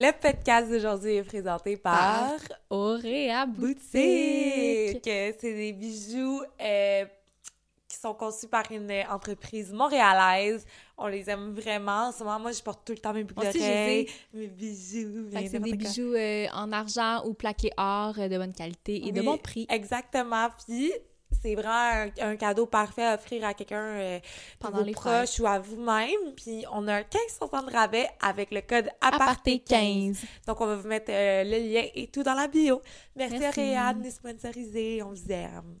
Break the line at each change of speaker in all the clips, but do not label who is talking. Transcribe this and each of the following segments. Le podcast d'aujourd'hui est présenté par
Auréa
Boutique.
Boutique.
C'est des bijoux euh, qui sont conçus par une entreprise montréalaise. On les aime vraiment. En ce moment, moi, je porte tout le temps mes boucles
Moi aussi, je
d'oreilles,
les
mes bijoux.
Fait que
mes
c'est des
n'importe quoi.
bijoux euh, en argent ou plaqué or euh, de bonne qualité et de
Oui,
bon prix.
Exactement. Puis, c'est vraiment un, un cadeau parfait à offrir à quelqu'un euh, de
Pendant
vos
les
proches ou à vous-même. Puis, on a un 15% de rabais avec le code APARTÉ15. Donc, on va vous mettre euh, le lien et tout dans la bio. Merci,
Merci.
Réanne de nous sponsoriser. On vous aime.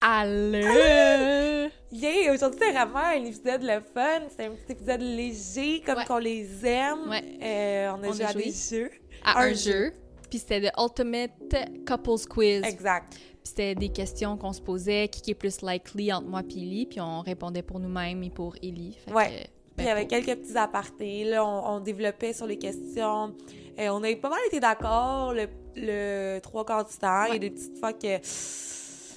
Allez!
Yeah! Aujourd'hui, c'est vraiment un épisode le fun. C'est un petit épisode léger, comme
Ouais.
qu'on les aime.
Ouais.
Euh, on a
On
joué
a
à
joué.
des jeux.
À
Un
un jeu. Puis c'était le Ultimate Couples Quiz. Puis
Exact.
c'était des questions qu'on se posait, qui qui est plus likely entre moi puis Ellie, puis on répondait pour nous-mêmes et pour Ellie. Fait que,
Ouais.
ben,
Puis il y avait
pour-
quelques petits apartés, là, on, on développait sur les questions. Et on a pas mal été d'accord le, le trois quarts du temps. Il y a des petites fois que...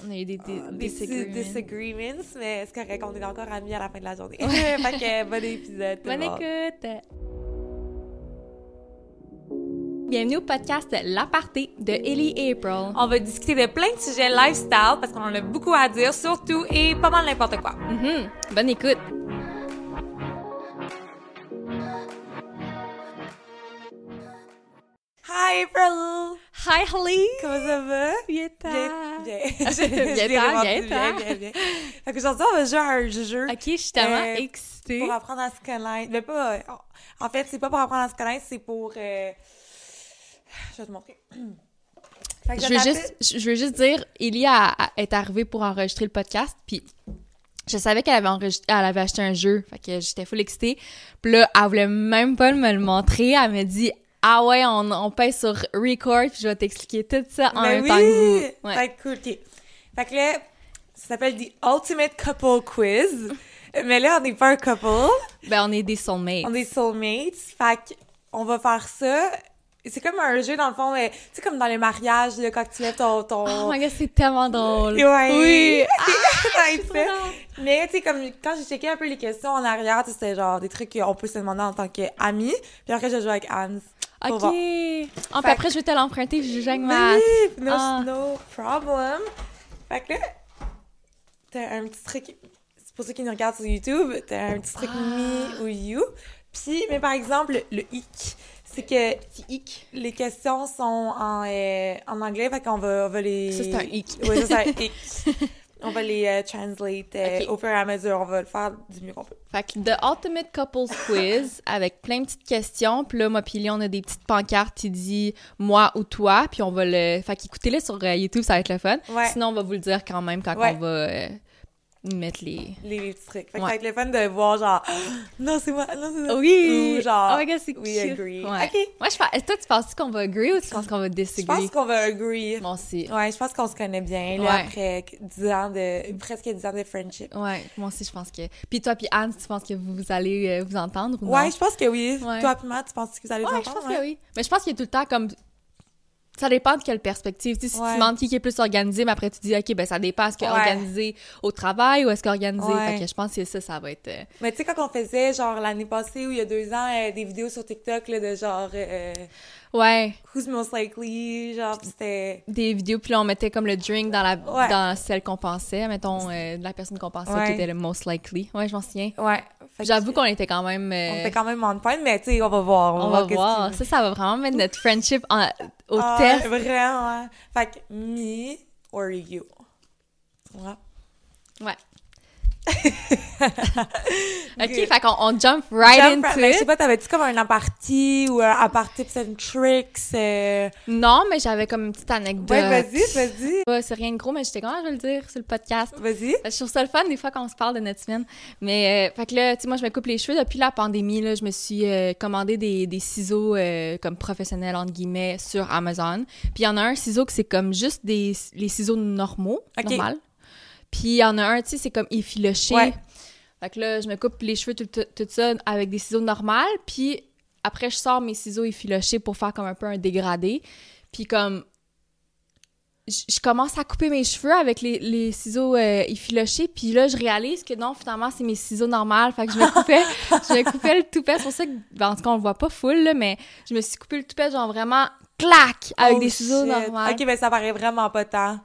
On a eu des, des,
Ah,
des
petits
disagreements.
disagreements, mais c'est correct, on est encore amis à la fin de la journée.
Ouais.
fait que bon épisode. tout le
Bonne
monde.
écoute! Bienvenue au podcast L'Aparté de Ellie et April.
On va discuter de plein de sujets lifestyle parce qu'on en a beaucoup à dire, surtout et pas mal n'importe quoi.
Mhm. Bonne écoute!
Hi April!
Hi Holly!
Comment ça va?
Bien
Bien, bien.
Bien-t'en, bien-t'en.
bien, bien, bien. Fait qu'aujourd'hui, on va jouer à un jeu
Ok, je suis tellement
Euh,
excitée.
pour apprendre à se connaître. Mais pas. En fait, c'est pas pour apprendre à se connaître, c'est pour. euh, Je vais te montrer. Fait que
Je veux,
t'appelle-
juste, je je veux juste dire, Elia a- a- est arrivée pour enregistrer le podcast, puis je savais qu'elle avait, enregistré- elle avait acheté un jeu, fait que j'étais full excitée. Puis là, elle voulait même pas me le montrer, elle me dit « Ah ouais, on, on pèse sur record, puis je vais t'expliquer tout ça en
Ben
même temps que vous. Ouais.
Fait que cool, ok. Fait que là, ça s'appelle The Ultimate Couple Quiz. Mais là, on n'est pas un couple,
Ben, on est des soulmates.
on est soulmates. Fait qu'on va faire ça. C'est comme un jeu, dans le fond, mais tu sais, comme dans les mariages, là, quand tu lèves ton. ton...
Oh my god, c'est tellement drôle.
Ouais.
Oui.
Ça
c'est
y
trop
fait.
drôle.
Mais tu sais, comme quand j'ai checké un peu les questions en arrière, tu sais, c'était genre des trucs qu'on peut se demander en tant qu'amis. Puis après, je joue avec Hans. Pour
Ok.
voir.
Ah, puis
Fait-
après, je vais te l'emprunter, puis je joue avec ma...
Mais oui, no,
Ah.
no problem. Fait que là, t'as un petit truc. C'est pour ceux qui nous regardent sur YouTube, t'as un petit truc me
Ah.
ou you. Puis, mais par exemple, le hic, c'est que
hic.
les questions sont en, euh, en anglais, fait qu'on va, on va les.
Ça, c'est un hic.
Oui, ça, c'est un hic. On va les euh, translate euh,
Ok.
au fur et à mesure. On va le faire du mieux qu'on peut.
Fait que The Ultimate Couples Quiz avec plein de petites questions. Puis là, moi puis Lily, on a des petites pancartes qui dit « moi ou toi ». Puis on va le... Fait qu'écoutez-le sur euh, YouTube, ça va être le fun.
Ouais.
Sinon, on va vous le dire quand même quand
Ouais.
on va euh, mettre les...
les, les petits trucs. Fait que
Ouais.
ça va être le fun de voir genre non c'est moi, non c'est moi. Ou genre
Oh my God, c'est
we
cute.
agree.
Ouais.
OK.
Moi, je pense... Toi, tu penses qu'on va agree ou tu penses qu'on va
Je pense
disagree?
qu'on va agree.
Bon, c'est...
Ouais, je pense qu'on se connaît bien là,
Ouais.
après 10 ans de presque 10 ans de friendship.
Ouais, moi aussi, je pense que... Puis toi puis Anne, tu penses que vous, vous allez euh, vous entendre ou non?
Ouais, je pense que oui.
Ouais.
Toi puis moi, tu penses que vous allez vous
Ouais, je
entendre? hein?
pense
ouais?
que oui. Mais je pense qu'il y a tout le temps comme. Ça dépend de quelle perspective. Tu sais, si
Ouais.
tu demandes qui qui est plus organisé, mais après tu dis, OK, ben ça dépend. Est-ce que
Ouais.
organisé au travail ou est-ce qu'organisé?
Ouais.
Fait que je pense que ça, ça va être. euh,
Mais tu sais quand on faisait genre l'année passée ou il y a deux ans euh, des vidéos sur TikTok là, de genre euh,
Ouais,
who's most likely genre pis c'était
des vidéos, puis là, on mettait comme le drink dans, la...
Ouais.
dans celle qu'on pensait, mettons, euh, de la personne qu'on pensait
Ouais.
qui était le most likely. Ouais, je m'en souviens.
ouais. Fait que
J'avoue qu'on était quand même.
on
euh,
était quand même on point mais tu sais on va voir, on,
on va
qu'est-ce
voir.
qui-
Ça, ça va vraiment mettre notre friendship en- au
Ah,
test.
Vraiment. Fait que me or you. Ouais.
Ouais. OK, fait qu'on on jump right
Jump
into
ra- mais
it.
je sais pas, t'avais-tu comme un aparté ou un aparté tips and tricks? euh?
Non, mais j'avais comme une petite anecdote.
Ouais, vas-y, vas-y.
Ouais, c'est rien de gros, mais j'étais comment je vais le dire sur le podcast.
Vas-y.
Parce que Je trouve ça le fun Euh, des fois qu'on se parle de notre semaine. Mais euh, fait que là, tu sais, moi, je me coupe les cheveux depuis la pandémie. Là, je me suis euh, commandé des, des ciseaux euh, comme professionnels entre guillemets sur Amazon. Puis il y en a un ciseau que c'est comme juste des les ciseaux normaux,
Ok.
normal. Puis il y en a un, tu sais, c'est comme effiloché.
Ouais.
Fait que là, je me coupe les cheveux tout, tout- tout ça avec des ciseaux normales. Puis après, je sors mes ciseaux effilochés pour faire comme un peu un dégradé. Puis comme je je commence à couper mes cheveux avec les, les ciseaux euh, effilochés, puis là, je réalise que non, finalement, c'est mes ciseaux normaux, fait que je me coupais, je me coupais le toupet, c'est pour ça que, ben, en tout cas, on le voit pas full, là, mais je me suis coupé le toupet, genre vraiment, clac, avec
Oh,
des ciseaux
shit.
normaux.
Ok, ben ça paraît vraiment pas tant.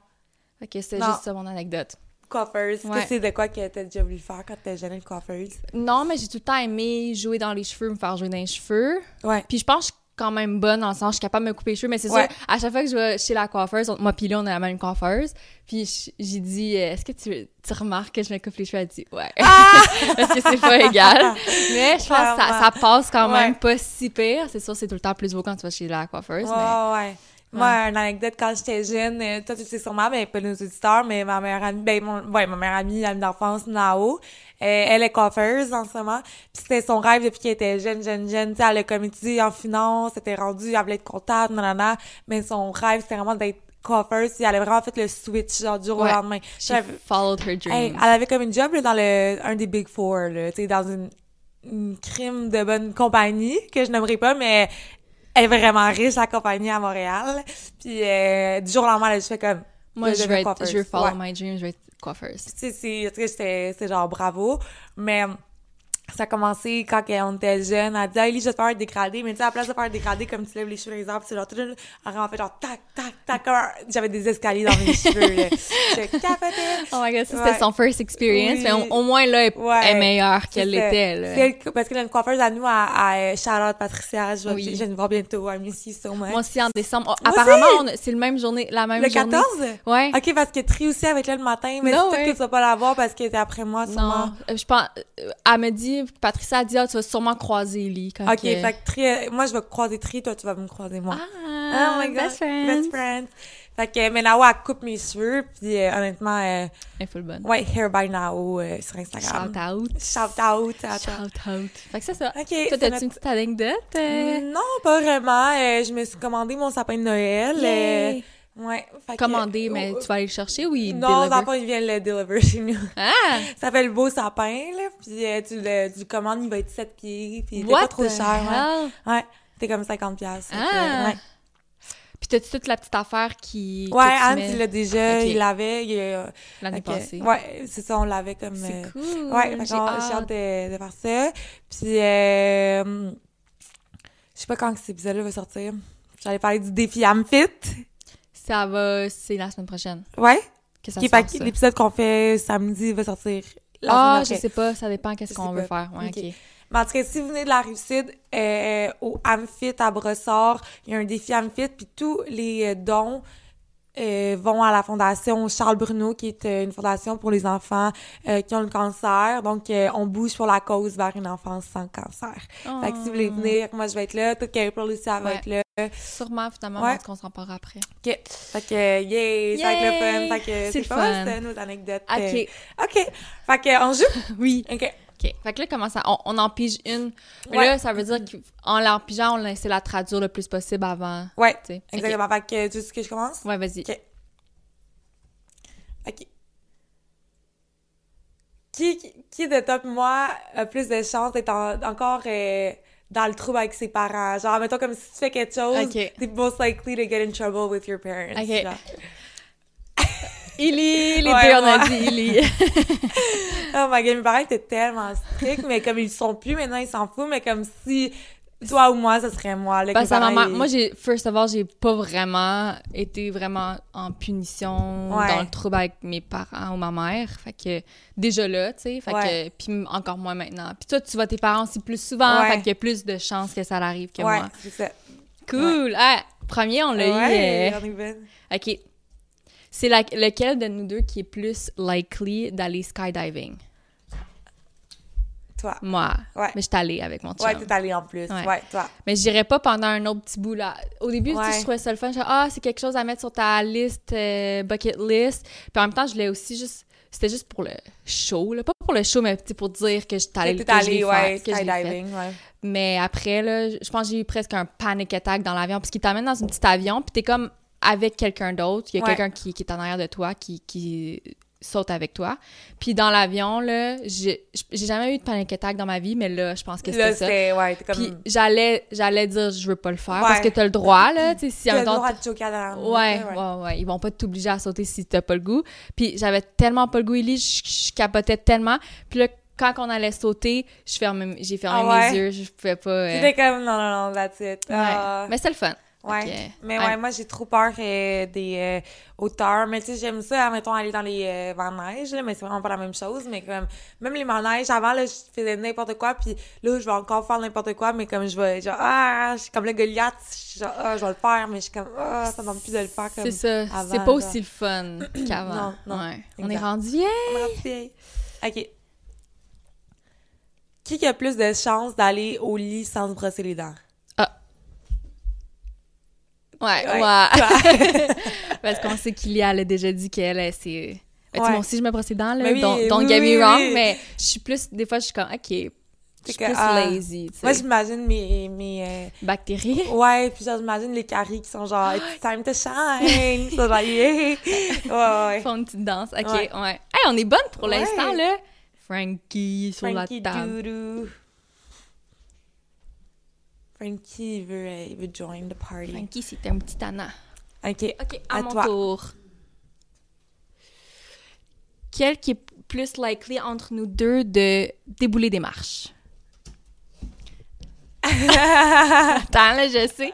Fait que c'était
Non.
juste ça, mon anecdote.
Coiffeuse. Est-ce
Ouais.
que c'est de quoi que t'as déjà voulu faire quand t'es jeune, une coiffeuse?
Non, mais j'ai tout le temps aimé jouer dans les cheveux, me faire jouer dans les cheveux.
Ouais.
Puis je pense que je suis quand même bonne dans le sens, je suis capable de me couper les cheveux, mais c'est
Ouais.
sûr, à chaque fois que je vais chez la coiffeuse, on- moi puis là, on a la même coiffeuse, puis je- j'ai dit, euh, est-ce que tu, tu remarques que je me coupe les cheveux? Elle dit, ouais. Parce que c'est pas égal. Mais je pense que ça,
Ah! Clairement.
ça passe quand
Ouais.
même pas si pire. C'est sûr, c'est tout le temps plus beau quand tu vas chez la coiffeuse,
Ouais, ouais. Moi, une anecdote, quand j'étais jeune, euh, toi, tu le sais sûrement, mais pas nos auditeurs, mais ma meilleure amie, ben, mon- ouais, ma meilleure amie, amie d'enfance, Nao, euh, elle est coiffeuse en ce moment, puis c'était son rêve depuis qu'elle était jeune, jeune, jeune, tu sais, elle a comme étudié en finance, elle était rendue, elle voulait être comptable, nanana, mais son rêve, c'était vraiment d'être coiffeuse, puis elle a vraiment fait le switch, genre, du jour
Ouais.
au lendemain.
mais she followed her dream.
Hey, elle avait comme une job là, dans le un des Big Four, là, tu sais, dans une, une crime de bonne compagnie que je n'aimerais pas, mais elle est vraiment riche la compagnie à Montréal. Puis euh, du jour au lendemain, elle a juste fait comme
moi, je
deviens
veux, être-
coiffeuse.
je veux follow
Ouais.
my dream, je veux être coiffeuse.
Tu sais, c'est- en tout cas, c'était- c'est genre bravo, mais ça a commencé quand que- on était jeune. Elle disait, Ellie, je vais te faire un dégradé. Mais tu sais, à la place de faire un dégradé, comme tu lèves les cheveux dans les arbres, c'est genre, tout le- elle en fait genre, tac, tac, tac. comme un- J'avais des escaliers dans mes cheveux, là. Je capotais.
Oh my god, ça,
Ouais.
c'était son first experience,
Oui.
mais au, au moins là, elle
Ouais.
est meilleure
C'est
qu'elle
ça.
l'était. là.
C'est elle- parce que là, une coiffeuse à nous, à, à Charlotte, Patricia, je vais,
Oui.
je viens de voir bientôt, I miss you so much.
Moi aussi en décembre. Oh,
Hein? Moi aussi!
apparemment, on a- c'est le même journée, la même
le
journée.
14?
Ouais.
Ok, parce que Tri aussi avec là le matin, mais c'est
No
peut-être
way.
que tu vas pas la voir parce que t'es après moi,
Non,
sûrement.
euh, je pense. euh, Elle me dit, Patricia a dit, Ah, tu vas sûrement croiser Ellie. Quand
Ok,
que-
fait que Tri, euh, moi je vais croiser Tri, toi tu vas me croiser moi.
Ah,
Oh my God,
best friend.
Best friend. Fait que, mais Nao, elle coupe mes cheveux, puis euh, honnêtement, euh,
Elle est full bonne.
ouais, Hair by Nao euh, sur Instagram.
Shout out.
Shout out. à toi.
Shout out. Fait que c'est ça.
Ok,
Toi,
c'est
t'as-tu
notre- Mm,
une petite anecdote? euh,
Non, pas vraiment. Euh, je me suis commandé mon sapin de Noël.
Yay!
euh, ouais. fait que-
Commandée, mais
Oh,
tu vas aller le chercher ou il
Non,
deliver?
dans le fond, il vient le deliver chez nous.
Ah!
Ça fait le beau sapin, là. Puis euh, tu, le, tu le commandes, il va être 7 pieds. Puis il était
What
pas trop
the
cher,
hell?
ouais. Ouais. T'es comme 50 piastres. fait que,
Ah!
ouais.
Puis t'as-tu toute la petite affaire qui. que
Ouais,
tu
Anne,
mets Ah,
il l'a déjà,
Ok.
il l'avait. il, euh,
l'année
ok.
passée?
Ouais, c'est ça, on l'avait comme...
C'est
euh,
cool.
Ouais, fait
j'ai
qu'on- j'ai hâte
hâte.
de, de faire ça. Puis, euh, je sais pas quand que cet épisode-là va sortir. J'allais parler du défi Amfit.
Ça va, c'est la semaine prochaine
Ouais.
que ça
Qui-
sort,
fait que
ça.
L'épisode qu'on fait samedi va sortir la
Ah, je
semaine
sais
d'après.
pas, ça dépend qu'est-ce
Je
qu'on
sais
veut
pas.
faire. Ouais,
Ok.
ok.
Mais en tout cas, si vous venez de la Rive-Sud, euh, au Amfit à Brossard, il y a un défi Amfit, puis tous les euh, dons euh, vont à la fondation Charles Bruno, qui est euh, une fondation pour les enfants euh, qui ont le cancer. Donc, euh, on bouge pour la cause vers une enfance sans cancer. Fait que si vous voulez venir, moi, je vais être là. Toute April aussi, elle va
Oh. Ouais.
être là.
Sûrement, finalement,
Ouais.
on qu'on s'en parle après.
OK. Fait que, yay! Ça va être le
Yay!
fun. Fait que,
C'est
c'est
le
pas mal,
fun.
ça, nos anecdotes. Euh,
OK.
OK. Fait que, on joue?
Oui.
OK.
OK. Fait que là, comment ça? On, on en pige une. Mais
Ouais.
là, ça veut dire qu'en l'en pigeant, on essaie de la traduire le plus possible avant.
Ouais.
tu sais.
Exactement. Fait que, tu veux que je commence?
OK. Ouais, vas-y.
Ok. OK. Qui, qui- qui de top moi a plus de chance d'être en- encore euh, dans le trouble avec ses parents? Genre, mettons comme si tu fais quelque chose,
Ok.
t'es most likely to get in trouble with your parents.
Ok.
genre.
Illy, les
Ouais,
deux, on a
moi.
dit Illy.
Oh my god, mes parents étaient tellement stricts, mais comme ils le sont plus maintenant, ils s'en foutent, mais comme si toi ou moi, ce serait moi. Là, que
Parce que
mes
ma
parents,
mère,
ils-
moi, j'ai, first of all, j'ai pas vraiment été vraiment en punition
Ouais.
dans le trouble avec mes parents ou ma mère. Fait que déjà là, tu sais. Fait
Ouais.
que, puis m- encore moins maintenant. Puis toi, tu vois tes parents aussi plus souvent.
Ouais.
Fait qu'il y a plus de chances que ça arrive que
Ouais,
moi.
c'est ça.
Cool! Ah, premier, on l'a
ouais,
eu. euh,
on est bonne.
OK. C'est la- lequel de nous deux qui est plus likely d'aller skydiving?
Toi.
Moi.
Ouais.
Mais je suis allée avec mon chum.
Ouais, t'es allée en plus.
Ouais.
ouais toi.
Mais je dirais pas pendant un autre petit bout là. Au début, tu sais,
Ouais.
je trouvais ça le fun. Je ah, c'est quelque chose à mettre sur ta liste, euh, bucket list. Puis en même temps, je l'ai aussi juste. C'était juste pour le show, là. Pas pour le show, mais tu sais, pour dire que je t'allais
T'es
que je
allée,
l'ai
ouais,
fait- que je l'ai fait.
skydiving, ouais.
Mais après, là, je pense que j'ai eu presque un panic attack dans l'avion. Parce qu'il t'amène dans un petit avion, puis t'es comme avec quelqu'un d'autre. Il y a
Ouais.
quelqu'un qui, qui est en arrière de toi, qui, qui saute avec toi. Puis dans l'avion, là, j'ai j'ai jamais eu de panic attack dans ma vie, mais là, je pense que
Là,
c'était ça.
c'était, ouais, t'es comme...
Puis j'allais, j'allais dire, je veux pas le faire, parce que
Ouais.
t'as le droit, là, tu sais, si
T'as
un
le
temps...
droit de choquer à la lampe,
Ouais,
là,
ouais, ouais. Ils vont pas t'obliger à sauter si t'as pas le goût. Puis j'avais tellement pas le goût, Ellie, je, je capotais tellement. Puis là, quand on allait sauter, je fermais, j'ai fermé
Ah ouais?
mes yeux, je pouvais pas... euh,
C'était comme, non, non, non, that's it.
ouais.
Ah.
Mais c'est le fun.
Ouais.
Ok.
Mais ouais,
Ouais.
moi j'ai trop peur euh, des euh, hauteurs. Mais tu sais, j'aime ça, mettons, aller dans les euh, manèges, là, mais c'est vraiment pas la même chose. Mais comme, même les manèges, avant, là, je faisais n'importe quoi, puis là, je vais encore faire n'importe quoi, mais comme je vais, genre, ah, je suis comme le Goliath, je suis genre, ah, je vais le faire, mais je suis comme, ah, ça me tente plus de le faire. Comme...
C'est ça.
avant,
C'est pas
genre.
aussi le fun qu'avant.
Non, non.
Ouais. On est
Exact.
rendu... Yeah!
Merci. Ok. Qui qui a plus de chances d'aller au lit sans se brosser les dents?
Ouais, ouais.
Ouais. Toi.
Parce qu'on sait qu'Ilia, elle a déjà dit qu'elle, elle, c'est... Ben, tu sais,
Ouais.
Moi aussi, je me brosse les dents, là,
Mais oui,
don't, don't
oui,
get me
oui,
wrong,
oui.
mais je suis plus... Des fois, je suis comme, OK, je suis
que,
plus
ah,
lazy, tu
Moi,
sais.
j'imagine mes. mes
Bactéries.
euh, Ouais, puis genre, j'imagine les caries qui sont genre, It's time to shine! Ça, genre, yeah. Ouais, ouais.
font une petite danse. OK, ouais.
Ouais.
Hey, on est bonne pour
Ouais.
l'instant, là. Frankie sur
Frankie
la table.
Doodoo. Frankie, il veut, euh, il veut join the party.
Frankie, c'était un petit Anna.
Ok.
OK, à,
À
mon
toi.
tour. Quel qui est plus likely entre nous deux de débouler des marches? Attends, là, je sais.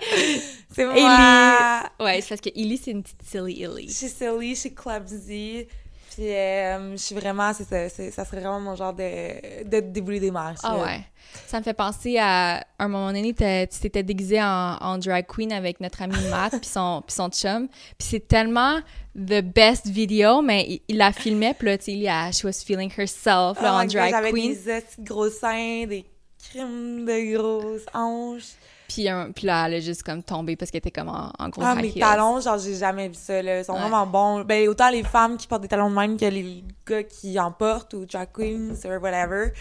C'est moi!
Ellie. Ouais, c'est parce que Ellie, c'est une petite silly Ellie.
Je suis silly, je suis clumsy. Puis euh, je suis vraiment, c'est ça, c'est- ça serait vraiment mon genre de, de débouler des marches.
Ah
là.
ouais. Ça me fait penser à un moment donné, t'as- tu t'étais déguisée en, en drag queen avec notre ami Matt puis son, puis son chum. Puis c'est tellement the best video, mais il, il la filmait. Puis là, tu sais, il y a She was feeling herself là,
Oh
en
my God,
drag
J'avais
queen.
des hosties de gros seins, des crimes de grosses hanches.
Puis, un- puis là, elle a juste comme tombé parce qu'elle était comme en, en gros
Ah,
high
mes
heels.
talons, genre, j'ai jamais vu ça, là. Ils sont
Ouais.
vraiment bons. Ben, autant les femmes qui portent des talons de même que les gars qui en portent ou drag queens or whatever.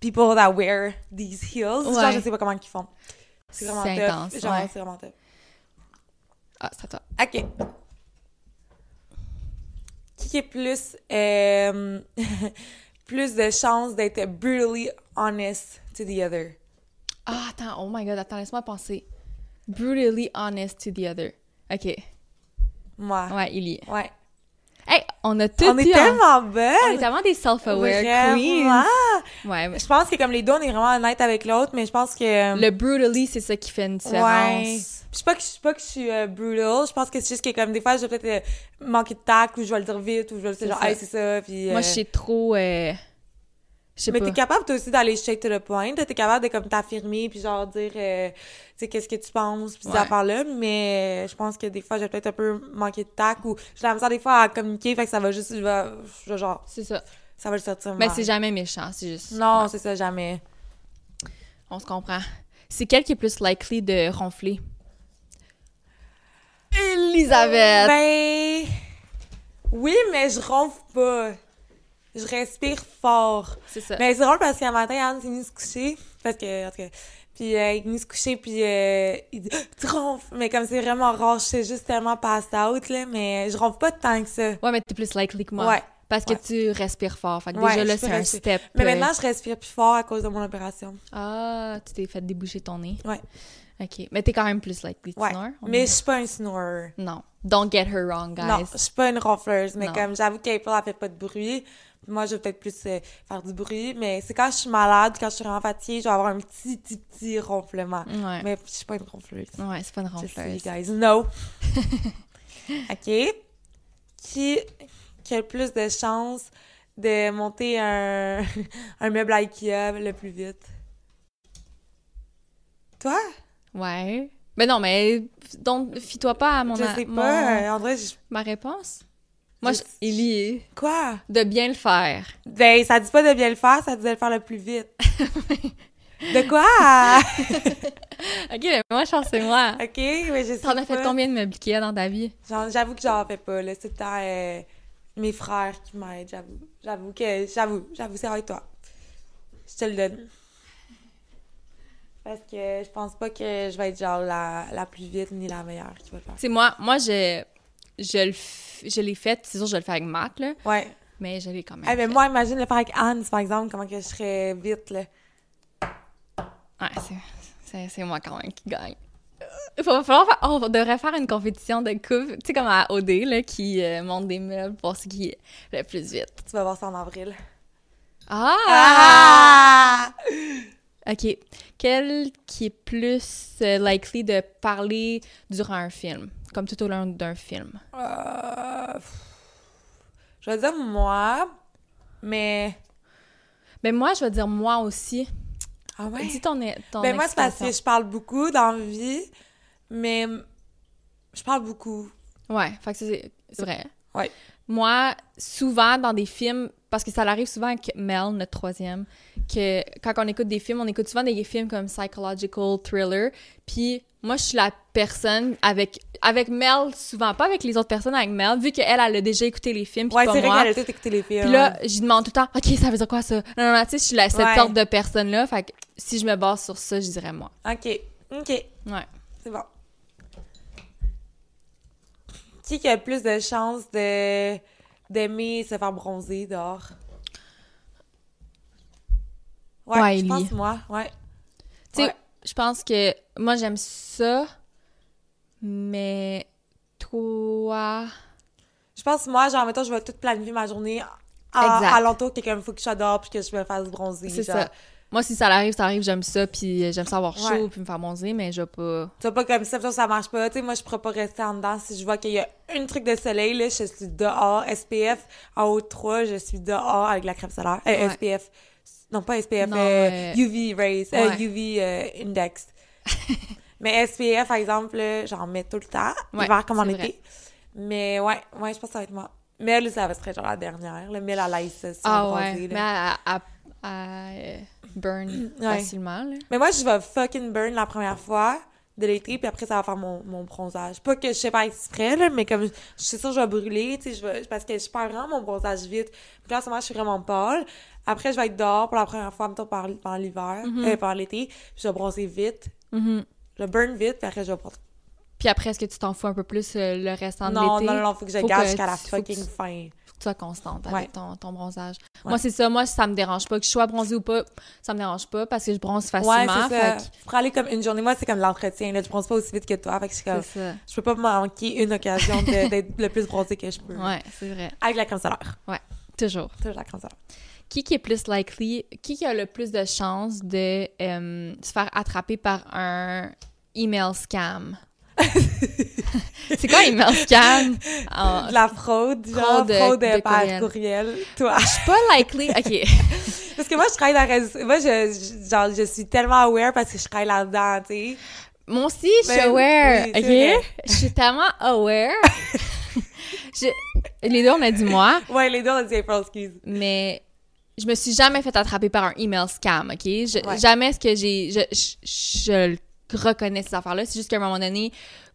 People that wear these heels.
Ouais.
Genre, je sais pas comment ils font. C'est vraiment
C'est
top.
intense,
Genre,
ouais.
c'est vraiment top.
Ah, c'est à toi.
OK. Qui qui est plus... euh, plus de chances d'être brutally honest to the other?
Ah, attends, oh my god, attends, laisse-moi penser. Brutally honest to the other. OK.
Moi.
Ouais, Ellie.
Ouais.
Hey, on a tout
Ah. On est
dit en-
tellement
On est
bonnes!
tellement des self-aware
Vraiment.
queens. Ouais, mais-
Je pense que comme les deux, on est vraiment honnête avec l'autre, mais je pense que... euh,
Le brutally, c'est ça qui fait une
Ouais.
différence.
Je sais pas que je sais pas que je suis euh, brutal, je pense que c'est juste que comme des fois je vais peut-être euh, manquer de tact ou je vais le dire vite ou je vais le
C'est
dire genre
ça.
hey, c'est ça puis
Moi,
euh,
je suis trop. euh, Je sais
mais
pas.
t'es capable toi aussi d'aller straight to the point, t'es capable de comme t'affirmer puis genre dire euh, tu sais qu'est-ce que tu penses puis
Ouais.
ces affaires là, mais euh, je pense que des fois je vais peut-être un peu manquer de tact ou je la sens des fois à communiquer fait que ça va juste je vais- je vais genre
C'est ça.
ça va le sortir.
Mais
mal.
Ben, c'est jamais méchant, c'est juste.
Non,
Ouais,
c'est ça jamais.
on se comprend. C'est quel qui est plus likely de ronfler? Elisabeth!
Ben. Oui, mais je ronfle pas. Je respire fort.
c'est ça.
Mais c'est drôle parce qu'un matin, Anne s'est venue se coucher. Parce que, en tout cas. Puis, euh, il est venu se coucher, puis euh, il dit Tu ronfles! Mais comme c'est vraiment rare, je suis juste tellement passed out, là. Mais je ronfle pas tant que ça.
Ouais, mais t'es plus likely que moi.
Ouais.
Parce que
Ouais.
tu respires fort. Fait que
Ouais,
déjà, là,
je peux
c'est un
respirer.
step.
Mais
euh,
maintenant, je respire plus fort à cause de mon opération.
Ah, tu t'es fait déboucher ton nez.
Ouais.
OK. Mais t'es quand même plus likely to
Ouais.
snore, on
mais
est-
je suis pas une snorer.
Non. Don't get her wrong, guys.
Non, je suis pas une ronfleuse, mais
Non.
comme j'avoue qu'April, elle fait pas de bruit. Moi, je vais peut-être plus euh, faire du bruit, mais c'est quand je suis malade, quand je suis vraiment fatiguée, je vais avoir un petit, petit, petit ronflement.
Ouais.
Mais je suis pas une ronfleuse.
Ouais, c'est pas une
Just so you
ronfleuse.
guys know. OK. Qui, qui a le plus de chances de monter un, un meuble à IKEA le plus vite? Toi?
Ouais. Ben non, mais donc, fie-toi pas à mon,
je
a-
sais
mon-
pas. euh, En vrai, je-
ma réponse. Moi,
Je-
je, il y est.
quoi?
De bien le faire.
Ben, ça dit pas de bien le faire, ça dit de le faire le plus vite. de quoi?
OK, mais moi, je pense que c'est moi.
ok, mais je sais
T'en as fait
pas.
combien de meubles Ikea dans ta vie?
J'en- J'avoue que j'en fais pas, là. C'est tout le temps euh, mes frères qui m'aident, j'avoue. J'avoue que, j'avoue, j'avoue, c'est avec toi. Je te le donne. Parce que je pense pas que je vais être genre la, la plus vite ni la meilleure qui va le faire.
Tu sais, moi, moi je, je, le f- je l'ai fait. C'est sûr, je le fais avec Matt, là.
Ouais.
mais je l'ai quand même.
Eh ben,
fait.
moi, imagine le faire avec Anne, par exemple, comment que je serais vite, là.
Ouais, c'est- c'est- c'est moi quand même qui gagne. Il va falloir faire- on devrait faire une compétition de coupe, tu sais, comme à OD, là, qui euh, monte des meubles pour ce qui est le plus vite.
Tu vas voir ça en avril.
Ah!
Ah!
OK. Quel qui est plus euh, likely de parler durant un film, comme tout au long d'un film?
Euh, pff. Je vais dire moi, mais...
Ben moi, je vais dire moi aussi.
Ah ouais?
Dis ton, eh, ton
Ben moi, c'est parce que
explication.
je parle beaucoup dans la vie, mais je parle beaucoup.
Ouais, fait que ça, c'est c'est vrai.
Ouais.
Moi, souvent dans des films, parce que ça l'arrive souvent avec Mel, notre troisième, que quand on écoute des films, on écoute souvent des films comme psychological, thriller, puis moi, je suis la personne avec avec Mel, souvent pas avec les autres personnes, avec Mel, vu qu'elle, elle a déjà écouté les films, puis
Ouais,
pas
c'est vrai
moi.
qu'elle a tout écouté les films.
Puis là, je demande tout le temps, OK, ça veut dire quoi ça? Non, non, non, tu sais, je suis la- cette
Ouais.
sorte de personne-là. Fait que si je me base sur ça, je dirais moi.
hein. OK, OK,
Ouais.
c'est bon. Qui qui a le plus de chances de d'aimer se faire bronzer dehors? Ouais,
Ouais,
je
Ellie.
pense moi, ouais.
Tu sais,
Ouais.
je pense que moi, j'aime ça, mais toi.
Je pense moi, genre, mettons, je vais tout planifier ma journée à,
Exact.
à l'entour que comme, faut que je sois dehors puis que je me fasse bronzer.
C'est
genre.
ça. Moi, si ça arrive, ça arrive, j'aime ça, puis j'aime ça avoir chaud,
Ouais.
puis me faire bronzer, mais je vais pas.
Tu vois pas comme ça, ça, ça marche pas. Tu sais, moi, je pourrais pas rester en dedans. Si je vois qu'il y a une truc de soleil, là, je suis dehors. SPF, en haut de 3, je suis dehors avec la crème solaire. Euh,
Ouais.
SPF. Non, pas SPF,
Non,
euh,
euh,
UV rays, euh,
ouais.
UV euh, index. Mais SPF, par exemple, là, j'en mets tout le temps,
Ouais,
hiver comme en
c'est
été.
vrai.
Mais ouais, ouais, je pense que ça va être moi. Mel, ça va être genre la dernière. Le Mel, à l'aise, ça, si
Ah
on
ouais.
bronzait, là.
Mais à, à, à, euh, burn
Ouais.
facilement, là.
Mais moi, je vais fucking burn la première fois de l'été, puis après, ça va faire mon, mon bronzage. Pas que je sais pas exprès, là, mais comme je je suis sûre que je vais brûler, tu sais, je vais- parce que je perds vraiment mon bronzage vite. Puis là, en ce moment, je suis vraiment pâle. Après, je vais être dehors pour la première fois, mettons, par- pendant, l'hiver, euh, pendant l'été, puis je vais bronzer vite.
Mhm.
Je burn vite, puis après, je vais bronzer.
Puis après, est-ce que tu t'en fous un peu plus euh, le restant de
Non,
l'été?
non, non, faut que je
Faut
garde
que
jusqu'à la
tu- faut que
fucking
tu-
fin.
faut que tu sois constante
Ouais.
avec ton, ton bronzage.
Ouais.
Moi, c'est ça. Moi, ça me dérange pas. Que je sois bronzée ou pas, ça me dérange pas parce que je bronze
Ouais,
facilement.
c'est ça.
hein, fait
Pour aller comme une journée, moi, c'est comme l'entretien, là. Je bronze pas aussi vite que toi, fait que je suis
que
comme...
c'est ça.
Je peux pas manquer une occasion de- d'être le plus bronzée que je peux.
Ouais, c'est vrai.
Avec la crème solaire.
Toujours.
Toujours la crème solaire.
Qui, qui est plus likely, qui, qui a le plus de chances de euh, se faire attraper par un email scam? c'est quoi email scam? Ah, En-
de la fraude, genre
Fraude,
fraude,
euh, de
par
courriel.
courriel. toi.
Je suis pas likely. OK.
Parce que moi, je travaille dans la réseau- Moi, je, je- genre, je suis tellement aware parce que je travaille là-dedans, tu sais.
Moi aussi, je suis
Ben,
aware.
oui,
OK?
c'est vrai.
Je suis tellement aware. Je- Les deux, on a dit moi.
Ouais, les deux, on a dit April, excuse.
mais je me suis jamais fait attraper par un email scam, OK? Je-
Ouais.
Jamais est-ce que j'ai... Je, je, je le reconnais ces affaires-là. C'est juste qu'à un moment donné,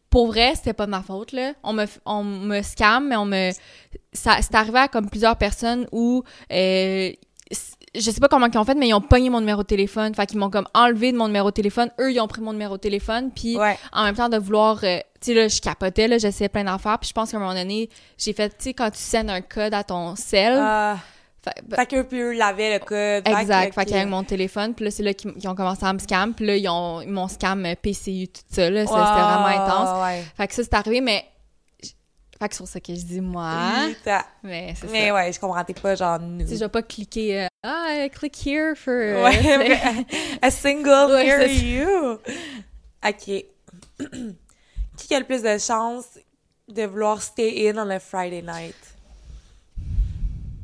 pour vrai, c'était pas de ma faute, là. On me, f- on me scam, mais on me... Ça, c'est arrivé à comme plusieurs personnes où... euh, c- je sais pas comment ils ont fait, mais ils ont pogné mon numéro de téléphone. Fait qu'ils m'ont comme enlevé de mon numéro de téléphone. Eux, ils ont pris mon numéro de téléphone. Puis
Ouais.
en même temps de vouloir euh, tu sais là je capotais là j'essayais plein d'affaires puis je pense qu'à un moment donné j'ai fait tu sais quand tu scènes un code à ton sel
Euh,
fait-
fait qu'eux, puis eux lavaient le code.
ben Exact, fait
fait que-
qu'avec mon téléphone, puis là, c'est là qu'ils m- qu'ils ont commencé à me scam, puis là, ils, ont, ils m'ont scam euh, PCU, tout ça, là, ça, c'était vraiment
Ouais,
intense.
ouais.
Fait que ça, c'est arrivé, mais... j- Fait que c'est pour ça que je dis moi,
Oui, t'as-
mais Ah, c'est
Mais
ça.
ouais, je comprends, t'es pas genre nous.
Tu sais, je vais pas cliquer, euh, ah, euh, click here for... euh,
Ouais, mais- a single
Ouais,
near
c'est ça.
you. OK. Qui a le plus de chance de vouloir stay in on a Friday night?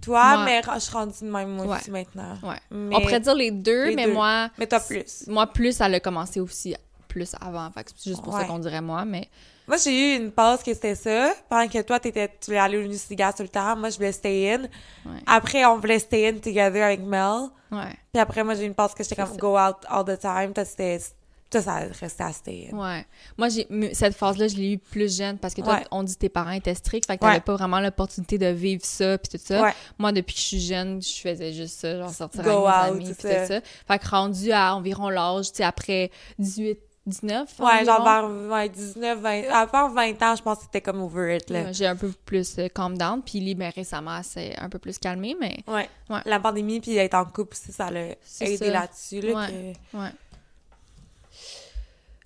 Toi,
Moi.
mais je suis rendue de même moi
Ouais.
aussi maintenant.
Ouais.
Mais-
On pourrait dire les deux,
les
mais
deux.
moi,
Mais toi plus.
moi, plus, elle a commencé aussi plus avant, fait que c'est juste pour ça
Ouais.
qu'on dirait moi, mais...
Moi, j'ai eu une pause que c'était ça. Pendant que toi, t'étais, tu voulais aller au Nucigas tout le temps. Moi, je voulais stay in.
Ouais.
Après, on voulait stay in together avec Mel.
Ouais,
Puis après, moi, j'ai eu une pause que j'étais
C'est
comme
ça.
go out all the time. Toi, c'était, toi, ça restait à stay in.
ouais. Moi, j'ai m- cette phase-là, je l'ai eu plus jeune parce que toi,
Ouais.
on dit que tes parents étaient stricts, fait que t'avais
Ouais.
pas vraiment l'opportunité de vivre ça, puis tout ça.
Ouais.
Moi, depuis que je suis jeune, je faisais juste ça, genre sortir
Go
avec
out,
mes amis, pis tout
c'est ça.
ça. Fait que rendu à environ l'âge, tu sais, après 18, 19?
Ouais, genre
environ?
vers ouais, 19, 20. À part 20 ans, je pense que c'était comme over it, là.
Ouais, J'ai un peu plus euh, calm down, puis libéré sa mère, c'est un peu plus calmé, mais
Ouais.
Ouais.
La pandémie, puis être en couple aussi, ça l'a
C'est
aidé
ça.
là-dessus. Là,
Ouais. ouais.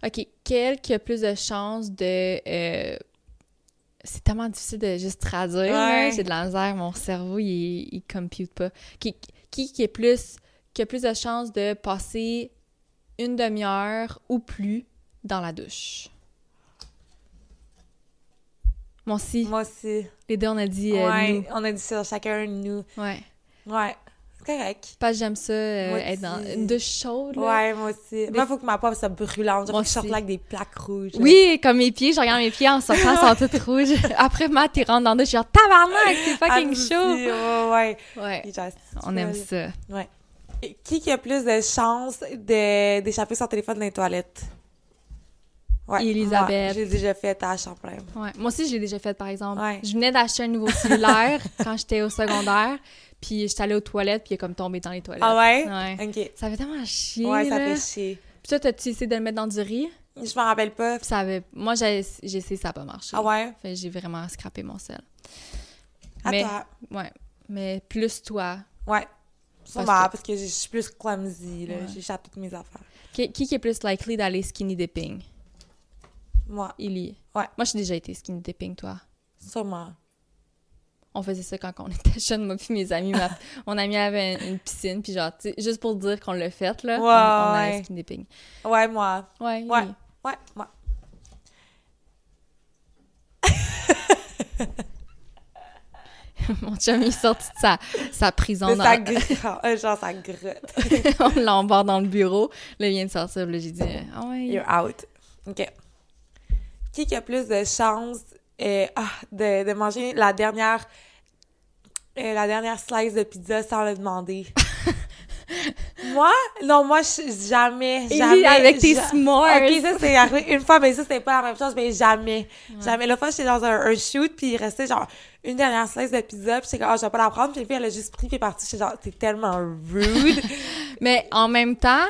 OK, quel qui a plus de chances de... euh, C'est tellement difficile de juste traduire, là,
Ouais.
j'ai de la misère, mon cerveau, il, il compute pas. Qui, qui, qui est plus, qui a plus de chances de passer une demi-heure ou plus dans la douche? Moi
que
aussi,
Moi aussi.
les deux, on a dit euh,
ouais,
nous.
on a dit ça, chacun nous.
Ouais.
Ouais, c'est correct.
Parce que j'aime ça, euh,
Moi
être dans
aussi.
une douche chaude. là.
Ouais, moi aussi. Moi, faut que ma pomme soit brûlante. Faut
Moi
que je sorte
aussi.
là avec des plaques rouges. là.
Oui, comme mes pieds, je regarde mes pieds en sortant, ils sont toutes rouges. Après, Matt, il rentre dans le douche, genre tabarnak, c'est
Ah,
fucking
nous
chaud.
aussi, Ouais, ouais.
Ouais,
Et genre, si tu
on aime
veux,
ça.
Ouais. Et Qui qui a plus de chances de- d'échapper son téléphone dans les toilettes? Ouais.
Elisabeth.
moi, J'ai déjà fait à Champlain.
Ouais. Moi aussi, je l'ai déjà fait, par exemple.
Ouais.
Je venais d'acheter un nouveau cellulaire quand j'étais au secondaire, puis j'étais allée aux toilettes, puis il est comme tombé dans les toilettes.
Ah ouais?
Ouais.
Ok.
Ça fait tellement chier,
Ouais, ça
là.
fait chier.
Puis toi, t'as-tu essayé de le mettre dans du riz?
Je m'en rappelle pas.
Puis ça avait... Moi, j'ai j'ai essayé, ça n'a pas marché.
Ah ouais?
Fait que j'ai vraiment scrappé mon sel.
À
Mais-
toi.
Ouais. Mais plus toi.
Ouais. Sûrement,
Parce
parce que, je suis plus clumsy, là.
Ouais.
J'échappe toutes mes affaires.
Qui, qui est plus likely d'aller skinny dipping?
Moi,
Illy.
Ouais.
Moi, j'ai déjà été skinny dipping, toi.
sûrement.
On faisait ça quand on était jeunes, moi puis mes amis. Ma- mon ami avait une, une piscine, puis genre, tu sais, juste pour dire qu'on l'a fait, là,
Ouais,
on, on allait
ouais.
skinny dipping.
Ouais, moi.
Ouais,
Ouais.
Illy.
Ouais, moi.
mon chum, il est sorti de sa, sa
Mais
prison. Dans...
ça grotte. Euh, Genre, ça grotte.
on l'embarque dans le bureau. Là, il vient de sortir, là, j'ai dit, ah ouais.
You're out. OK. Qui qui a plus de chances euh, ah, de, de manger la dernière euh, la dernière slice de pizza sans le demander? moi? Non, moi, je- jamais,
Illy,
jamais.
avec tes
ja-
s'mores.
Ok, ça c'est arrivé une fois, mais ça c'était pas la même chose, mais jamais. Jamais. La fois, j'étais dans un, un shoot, puis il restait genre une dernière slice de pizza, puis j'étais comme, ah, je vais pas la prendre, puis la fille, elle a juste pris, puis est partie. J'étais genre, t'es tellement rude.
Mais en même temps,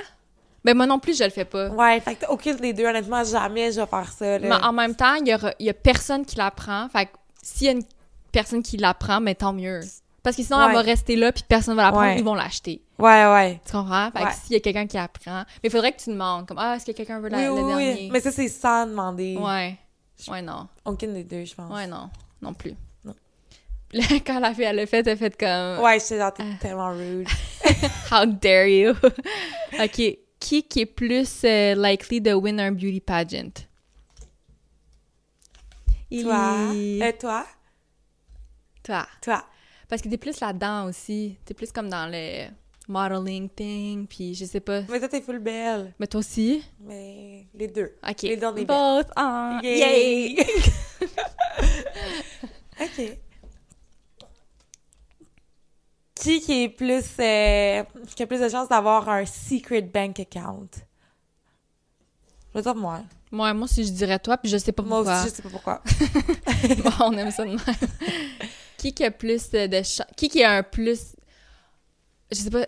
ben moi non plus, je le fais pas.
ouais, fait que aucune des deux, honnêtement, jamais je vais faire ça.
Mais
Là.
en même temps, il y, aura- il y a personne qui l'apprend. Fait que s'il y a une personne qui l'apprend, mais tant mieux. Parce que sinon, elle
Ouais.
va rester là, puis personne va l'apprendre,
Ouais.
ils vont l'acheter.
Ouais, ouais.
Tu comprends? Fait
Ouais.
que s'il y a quelqu'un qui apprend, mais il faudrait que tu demandes, comme, ah, est-ce que quelqu'un veut la, le dernier?
Mais ça, c'est sans demander.
Ouais. Ouais, non.
Aucune des deux, je pense.
Ouais, non. Non plus.
Non.
Là, quand la fille, elle l'a fait, elle a fait comme,
Ouais, j'étais genre,
Ah.
t'es tellement rude.
how dare you? OK. Qui qui est plus euh, likely de win un beauty pageant?
Toi.
Il-
Euh, toi.
Toi.
Toi.
Parce que t'es plus là-dedans aussi. T'es plus comme dans le modeling thing, puis je sais pas.
Mais toi, t'es full belle.
Mais toi aussi?
Mais les deux.
OK.
Les deux, on est
Both Ah. are- Yay!
Yay! OK. Qui qui est plus... euh, qui a plus de chances d'avoir un secret bank account? Je veux dire moi.
Moi, moi, si je dirais toi, puis je sais pas
Moi
pourquoi.
aussi, je sais pas pourquoi.
Bon, on aime ça de même. qui qui a plus de... de cha- Qui qui a un plus... Je sais pas...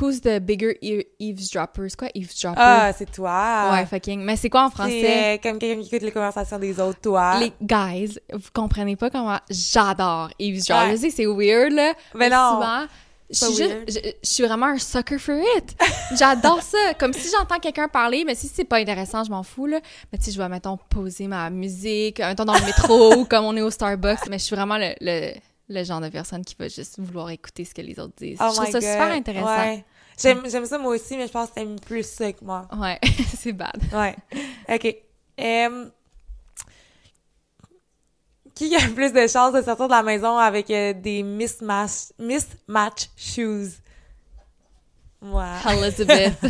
Who's the bigger e- eavesdropper? C'est quoi eavesdropper?
Ah, c'est toi!
ouais, fucking. Mais c'est quoi en français?
C'est euh, comme quelqu'un qui écoute les conversations des autres, toi.
Les guys, vous comprenez pas comment j'adore eavesdropper.
Ouais.
Je sais que c'est weird, là.
Mais non.
souvent, je
pas
suis, juste-
weird.
je, je suis vraiment un sucker for it. J'adore ça. Comme si j'entends quelqu'un parler, mais si c'est pas intéressant, je m'en fous, là. Mais tu sais, je vais, mettons, poser ma musique, mettons, dans le métro, ou comme on est au Starbucks. Mais je suis vraiment le, le, le genre de personne qui va juste vouloir écouter ce que les autres disent.
Oh
je trouve
my
ça
God.
super intéressant. Ouais.
Ouais. J'aime, j'aime ça moi aussi, mais je pense que t'aimes plus ça que moi.
c'est bad.
Ouais. OK. Em, qui a plus de chances de sortir de la maison avec euh, des mismatch, mismatch shoes? Moi.
Ah, Elizabeth.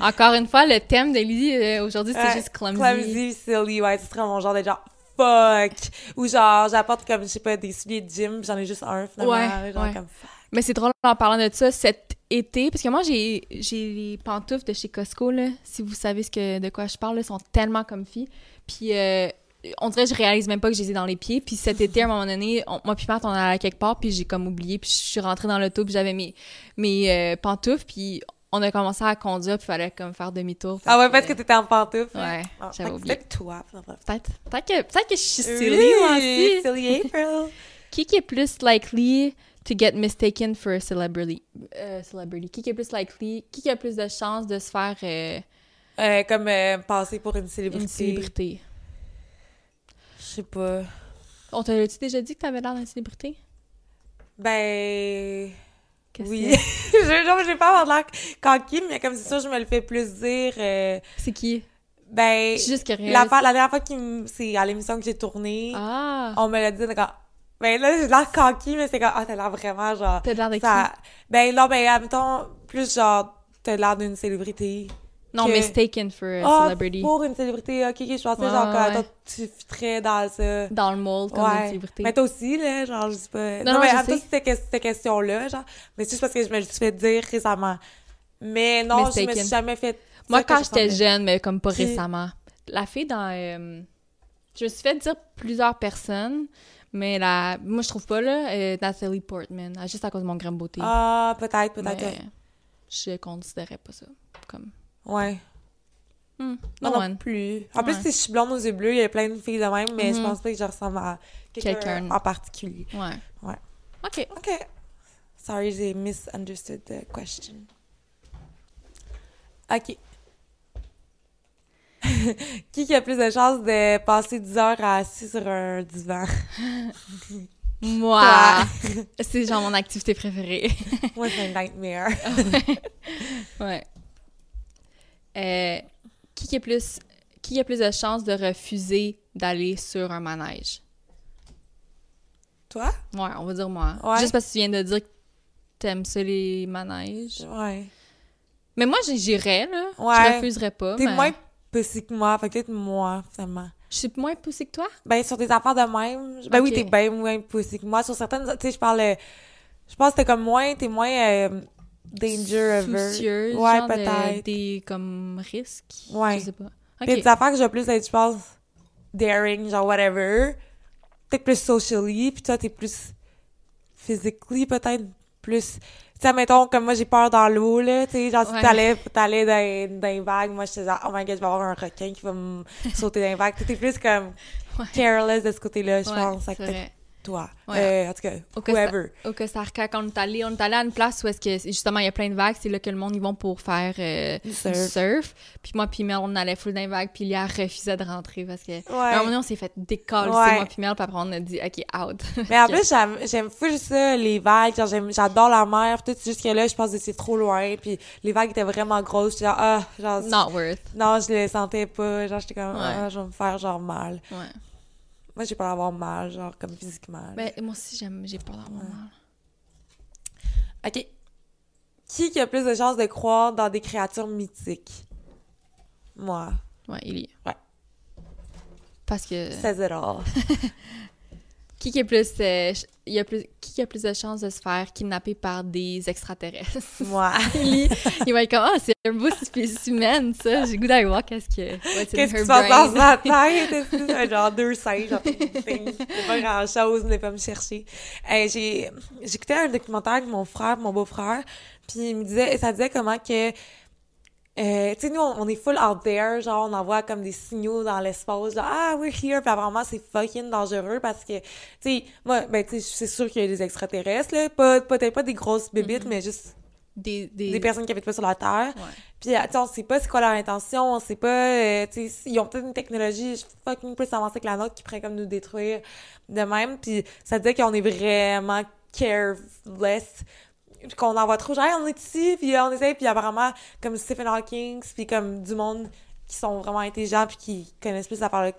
Encore une fois, le thème de Lily euh, aujourd'hui, c'est
Ouais,
juste clumsy.
Clumsy, silly, ouais, ce serait mon genre de genre fuck. Ou genre, j'apporte comme, je sais pas, des souliers de gym, puis j'en ai juste un finalement.
Ouais,
genre
ouais.
comme fuck.
Mais c'est drôle en parlant de ça cet été, parce que moi j'ai j'ai les pantoufles de chez Costco là, si vous savez ce que de quoi je parle, là, sont tellement comfy. Puis euh, on dirait que je réalise même pas que je les ai dans les pieds. Puis cet été à un moment donné, on- moi puis Matt on allait à quelque part, puis j'ai comme oublié, puis je suis rentrée dans l'auto, puis j'avais mes mes euh, pantoufles, puis on a commencé à conduire, puis fallait comme faire demi-tour.
Ah ouais, parce que t'étais en pantoufle.
Ouais,
Ah, fait que
j'avais oublié.
Peut-être toi. ça va.
Peut-être peut-être que, peut que je suis silly, moi
Oui,
aussi.
Silly April.
Qui qui est plus likely to get mistaken for a celebrity? Euh, celebrity. Qui qui est plus likely? Qui qui a plus de chances de se faire euh,
Euh, comme euh, passer pour une célébrité.
une célébrité?
Je sais pas.
On te l'a-tu déjà dit que t'avais l'air d'une célébrité?
Ben.
Qu'est-ce
oui.
que
je, genre, j'ai pas avoir l'air coquille, mais comme c'est sûr, je me le fais plus dire. euh,
c'est? C'est qui?
ben.
Je suis juste curieuse.
La, fois- la dernière fois, qu'il me- c'est à l'émission que j'ai tournée,
Ah!
on me l'a dit, d'accord. Ben là, j'ai l'air coquille, mais c'est comme, ah, t'as l'air vraiment genre.
T'as l'air de qui?
ça- Ben non, ben, admettons, plus genre, t'as l'air d'une célébrité.
Non,
que-
mistaken for a
Ah,
celebrity.
Pour une célébrité, ok, ok, je pensais
Ouais,
genre que
ouais, ouais.
attends, tu fitterais dans ça.
Dans le mold comme une
Ouais.
célébrité.
Mais toi aussi, là, genre, je sais pas.
Non, non,
mais
je
à toi,
sais.
c'était que- cette question-là, genre. Mais c'est juste parce que je me le suis fait dire récemment. Mais non, je me
Mistaken.
suis jamais fait. dire
Moi,
que
quand
je
j'étais
ressemblais.
jeune, mais comme pas
Qui?
récemment, la fille dans. euh, je me suis fait dire plusieurs personnes, mais la, moi, je trouve pas, là, euh, Nathalie Portman, ah, juste à cause de mon grain de beauté.
Ah, peut-être,
Mais
peut-être.
Je considérais pas ça comme.
Ouais.
Hmm,
Moi
no
non
one.
plus. En plus,
Ouais.
si je suis blonde aux yeux bleus, il y a plein de filles de même, mais je
Mhm.
pense pas que je ressemble à quelqu'un
Quelqu'un.
en particulier.
Ouais.
Ouais.
OK.
OK. Sorry, j'ai misunderstood the question. OK. qui qui a plus de chances de passer 10 heures assis sur un divan?
Moi, c'est genre mon activité préférée.
Moi, c'est un nightmare.
ouais. Euh, qui qui a plus. Qui a plus de chances de refuser d'aller sur un manège?
Toi?
Ouais, on va dire moi.
Ouais.
Juste parce que tu viens de dire que t'aimes ça les manèges.
Ouais.
Mais moi, j'- j'irais, là. Je
Ouais.
refuserais pas.
T'es
mais-
moins pussy que moi, fait que peut-être moi, finalement.
Je suis moins poussée que toi?
Ben, sur des affaires de même, ben oui,
Ok.
t'es bien moins pussy que moi. Sur certaines, tu sais, je parle... euh, Je pense que t'es comme moins... T'es moins... euh, danger averse.
Soucieuse,
Ouais,
genre de-
peut-être.
des, comme, risques.
Ouais.
Je sais pas.
Puis
OK.
des affaires que j'ai plus être, je pense, daring, genre whatever. Peut-être plus socially, puis toi, t'es plus physically, peut-être plus. Tu sais, mettons, comme moi, j'ai peur dans l'eau, là. Tu sais, genre, si
Ouais.
t'allais, t'allais dans, dans les vagues, moi, j'étais genre, oh my god, je vais avoir un requin qui va me sauter dans les vagues. Tu sais, T'es plus comme
Ouais.
careless de ce côté-là, je
Ouais,
pense,
c'est
avec peut-être
vrai.
toi.
Ouais.
Euh, en tout cas,
Au Costa-
whoever.
Au Costa Rica, quand on est allé, on est allé à une place où est-ce que, justement, il y a plein de vagues. C'est là que le monde, ils vont pour faire euh,
Du
du
surf.
surf. Puis moi, puis Mel, on allait full dans les vagues, puis Lia refusait de rentrer parce que... À un moment
Ouais.
donné, on s'est fait décoller,
Ouais.
moi, puis Mel, puis après, on a dit, OK, out.
Mais en plus, j'aime, j'aime full ça, les vagues. Genre, j'aime, j'adore la mer. Tout jusque là, je pense que c'est trop loin. Puis les vagues étaient vraiment grosses. J'étais genre, ah, genre,
Not worth.
Non, je le sentais pas. Genre, j'étais comme,
Ouais.
ah, je vais me faire genre mal.
Ouais.
Moi, j'ai peur d'avoir mal, genre, comme physiquement. là.
Ben, moi aussi, j'aime, j'ai peur d'avoir mal.
OK. Qui qui a plus de chances de croire dans des créatures mythiques? Moi.
Ouais, il y
Ouais.
Parce que
C'est it all.
qui qui est plus, euh, ch- il y a plus qui qui a plus de chances de se faire kidnapper par des extraterrestres.
Moi.
Ellie, il va être comme ah c'est un beau spécimen humaine ça, j'ai le goût d'aller voir qu'est-ce que what's in
Qu'est-ce qui
her
se passe dans
brain.
sa tête? est-ce que c'est genre deux singes, genre, thing. C'est pas grand-chose, n'est pas me chercher. Euh, j'ai, j'écoutais un documentaire avec mon frère, mon beau-frère, puis il me disait, ça disait comment que, euh, tu sais, nous, on, on est full out there, genre, on envoie comme des signaux dans l'espace, genre, ah, we're here, puis vraiment, c'est fucking dangereux parce que, tu sais, moi, ben, tu sais, c'est sûr qu'il y a des extraterrestres, là, pas, peut-être pas des grosses bébites,
Mm-hmm.
mais juste
Des des,
des personnes qui habitent pas sur la Terre.
Ouais.
Puis, euh, tu sais, on sait pas c'est quoi leur intention, on sait pas, euh, tu sais, ils ont peut-être une technologie fucking plus avancée que la nôtre qui pourrait comme nous détruire de même. Puis, ça veut dire qu'on est vraiment careless, qu'on envoie trop, genre, Hey, on est ici, puis euh, on essaye, puis apparemment, comme Stephen Hawking, puis comme du monde qui sont vraiment intelligents, puis qui connaissent plus la parole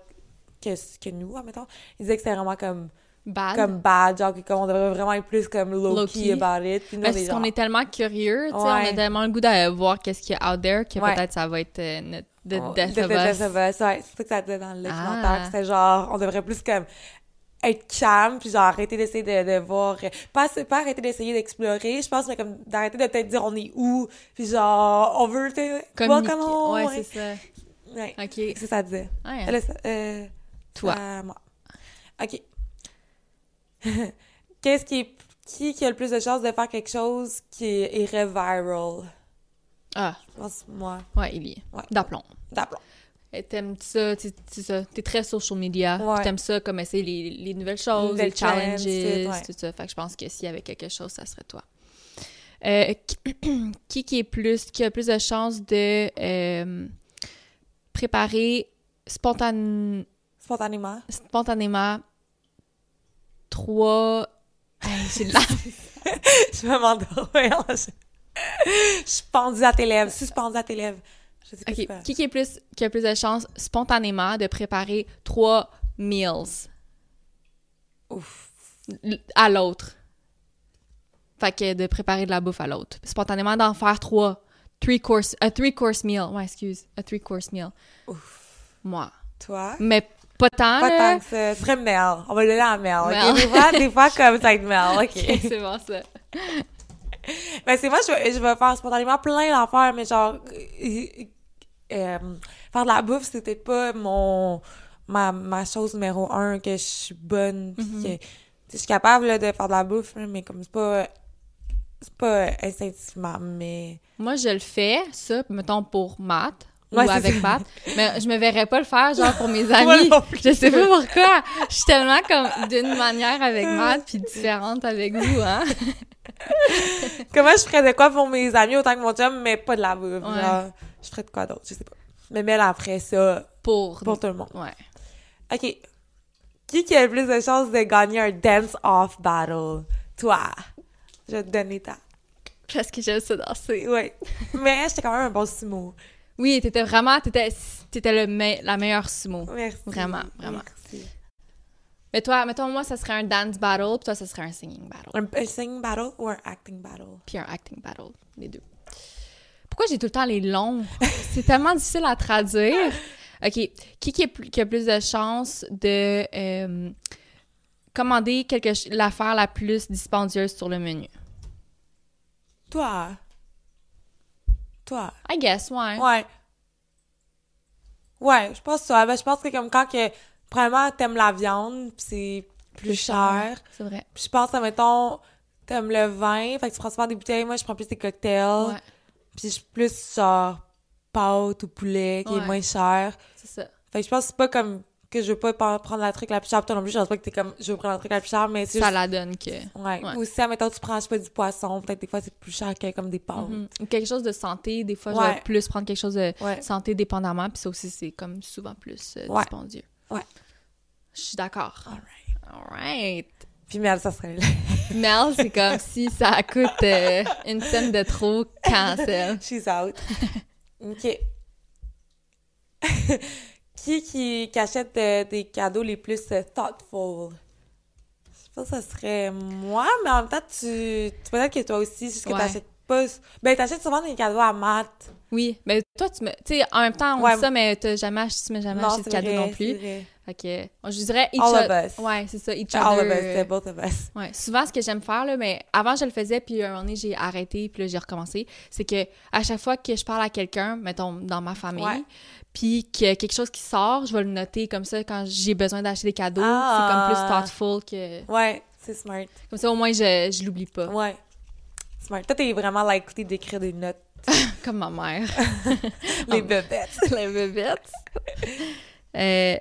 que, que nous, admettons, ils disaient que c'était vraiment comme,
bad.
comme bad, genre, que comme on devrait vraiment être plus comme low-key
Ah, Low-key.
about it. Puis nous, on
parce
est
qu'on
genre-
est tellement curieux, tu sais, on
Ouais.
a tellement le goût d'aller voir qu'est-ce qu'il y a out there que
Ouais.
peut-être ça va être euh, notre the
On-
death
de-
of
de-
us.
Oh, Death of Us, ouais. C'est ça que ça disait dans le documentaire.
Ah.
que C'était genre, on devrait plus comme être calme, puis genre arrêter d'essayer de, de voir. Pas, pas arrêter d'essayer d'explorer, je pense, mais comme d'arrêter de peut-être dire on est où, puis genre, on veut, tu sais,
Communiquer.
welcome home,
ouais,
ouais.
c'est ça.
Ouais.
OK. Ah,
C'est ça que ça disait.
Ouais.
Là, ça- euh,
Toi.
à moi. OK. Qu'est-ce qui est- Qui, qui a le plus de chances de faire quelque chose qui irait viral?
Ah,
Je pense, moi,
ouais, il y est.
Ouais.
D'aplomb.
d'aplomb.
Et T'aimes ça, tu- c'est ça. T'es très social media.
Ouais.
Puis T'aimes ça, comme essayer les, les nouvelles choses,
Nouvelles
les challenges,
trends, tout, ouais.
tout ça. Fait que je pense que s'il y avait quelque chose, ça serait toi. Euh, qui- qui, qui est plus, qui a plus de chances de euh, préparer spontan-
Spontanément.
spontanément trois. Hey, c'est de la-
je vais m'endormir. Je... je suis pendue à tes lèvres, suspendue à tes lèvres. Je sais pas
Ok,
c'est quoi.
qui, qui est plus, qui a plus de chances spontanément de préparer trois meals
Ouf.
l- à l'autre? Fait que de préparer de la bouffe à l'autre. Spontanément d'en faire trois. Three course, a three course meal. Ouais, excuse. A three course meal. Moi.
Toi?
Mais pas tant.
Pas
là.
tant que ça. Ce serait Mel. On va le la Mel. ok?
Mel.
Des fois, des fois, comme ça va être Mel.
Ok,
OK.
c'est bon ça.
ben, c'est moi, je vais, je vais faire spontanément plein d'affaires, mais genre, euh, euh, faire de la bouffe, c'est peut-être pas mon, ma, ma chose numéro un, que je suis bonne, puis
Mm-hmm.
que, tu sais, je suis capable, là, de faire de la bouffe, là, mais comme c'est pas, c'est pas instinctivement, mais...
Moi, je le fais, ça, mettons pour maths
Ouais,
ou
c'est
avec
ça.
maths, mais je me verrais pas le faire, genre pour mes
Moi
amis.
non plus.
je sais pas pourquoi. Je suis tellement comme d'une manière avec maths puis différente avec vous, hein.
Comment je ferais de quoi pour mes amis autant que mon chum, mais pas de la bouffe.
Ouais.
genre, je ferais de quoi d'autre, je sais pas. Mais Mel en ferait ça
Pour.
pour tout le monde.
Ouais.
OK. Qui qui a le plus de chances de gagner un dance-off battle? Toi. Je vais te donner ta.
Parce que j'aime ça danser.
Oui. Mais j'étais quand même un bon sumo.
Oui, t'étais vraiment, t'étais, t'étais le me- la meilleure sumo.
Merci.
Vraiment, vraiment.
Merci.
Mais toi, mettons, moi, ça serait un dance battle, puis toi, ça serait un singing battle.
Un, un singing battle ou un acting battle?
Puis un acting battle, les deux. Pourquoi j'ai tout le temps les longs? C'est tellement difficile à traduire. OK. Qui, qui, est plus- qui a plus de chances de euh, commander quelque ch- l'affaire la plus dispendieuse sur le menu?
Toi. Toi.
I guess, ouais.
Ouais. Ouais, je pense ça. Ben, je pense que comme quand que, premièrement, t'aimes la viande, pis c'est plus, cher.
C'est vrai.
Puis je pense, mettons, t'aimes le vin, fait que tu prends souvent des bouteilles. Moi, je prends plus des cocktails.
Ouais,
Puis je suis plus, genre, pâte ou poulet, qui
Ouais.
est moins cher.
c'est ça.
Fait que je pense que c'est pas comme que je veux pas pa- prendre la truc la plus chère. Puis Toi non plus, je pense pas que t'es comme, je veux prendre la truc la plus chère, mais c'est
Ça
juste-
la donne que...
Ouais.
ouais.
Ou si, mettons, tu prends, je sais pas, du poisson, peut-être des fois, c'est plus cher que comme des pâtes.
Mhm. Ou quelque chose de santé, des fois, je vais
Ouais.
plus prendre quelque chose de
Ouais.
santé dépendamment, puis ça aussi, c'est comme souvent plus euh,
Ouais.
dispendieux.
Ouais.
Je suis d'accord.
Alright.
All right.
Puis Mel, ça serait là.
Mel, c'est comme si ça coûte euh, une scène de trop, cancel.
Hein, She's out. OK. qui, qui qui achète euh, des cadeaux les plus euh, thoughtful? Je pense que ça serait moi, mais en même temps, tu, tu- peut-être que toi aussi, juste que
Ouais.
t'achètes pas... Ben, t'achètes souvent des cadeaux à maths.
Oui, mais toi, tu me... Tu sais, en même temps, on
Ouais.
dit ça, mais t'as jamais acheté, tu m'as jamais acheté de cadeau non plus. Fait que, on- je dirais each
All
other-
of us.
Ouais, c'est ça, each
All of
other,
us, Ah ben, c'est both of us.
Ouais, souvent ce que j'aime faire là, mais avant je le faisais puis à un moment donné j'ai arrêté puis là j'ai recommencé, c'est que à chaque fois que je parle à quelqu'un, mettons dans ma famille,
Ouais.
puis que quelque chose qui sort, je vais le noter comme ça quand j'ai besoin d'acheter des cadeaux,
Ah.
c'est comme plus thoughtful que
Ouais, c'est smart.
comme ça au moins je je l'oublie pas
Ouais. Smart. Toi, t'es vraiment la écouter d'écrire des notes.
comme ma mère.
Les
Ah.
bébêtes.
La bébête. Euh,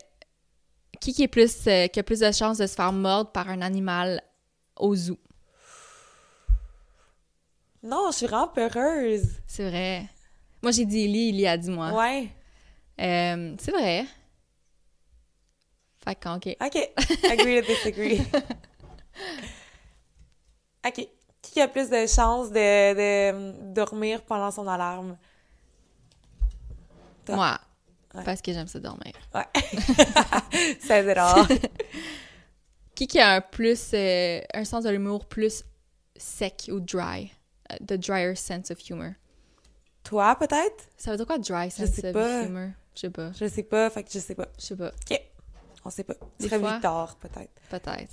qui qui est plus euh, qui a plus de chances de se faire mordre par un animal au zoo
Non, je suis vraiment peureuse.
C'est vrai. Moi j'ai dit Ellie, Ellie a dit moi.
Ouais.
Euh, c'est vrai. Fait que, OK.
OK. Agree to disagree. OK. Qui a plus de chances de, de dormir pendant son alarme? Toi.
Moi.
Ouais.
Parce que j'aime ça dormir.
Ouais. C'est drôle.
Qui qui a un plus, euh, un sens de l'humour plus sec ou dry? Euh, The drier sense of humor.
Toi, peut-être?
Ça veut dire quoi, dry
Je
sense
sais
of
pas.
humor? Je sais pas.
Je sais pas, fait que je sais pas.
Je sais pas.
OK. On sait pas.
Des
Ce serait
fois.
Victor, peut-être.
Peut-être.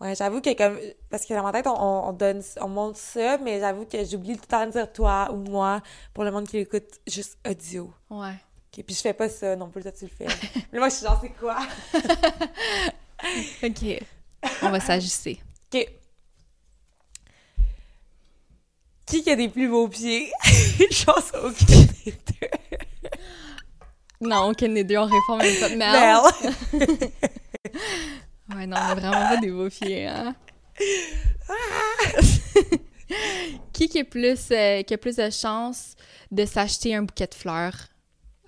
Ouais, j'avoue que comme... Parce que dans ma tête, on, on on donne... On monte ça, mais j'avoue que j'oublie tout le temps de dire toi ou moi pour le monde qui l'écoute juste audio.
Ouais.
OK, puis je fais pas ça non plus, toi tu le fais. mais moi, je suis genre, c'est quoi?
OK. On va s'ajuster.
OK. qui a des plus beaux pieds? Je pense aucune des deux.
Non, aucune des deux, on répond même pas. Mel.
Belle.
Ouais, non, on a vraiment pas des beaux pieds, hein.
Ah!
qui qui est plus, euh, qui a plus de chance de s'acheter un bouquet de fleurs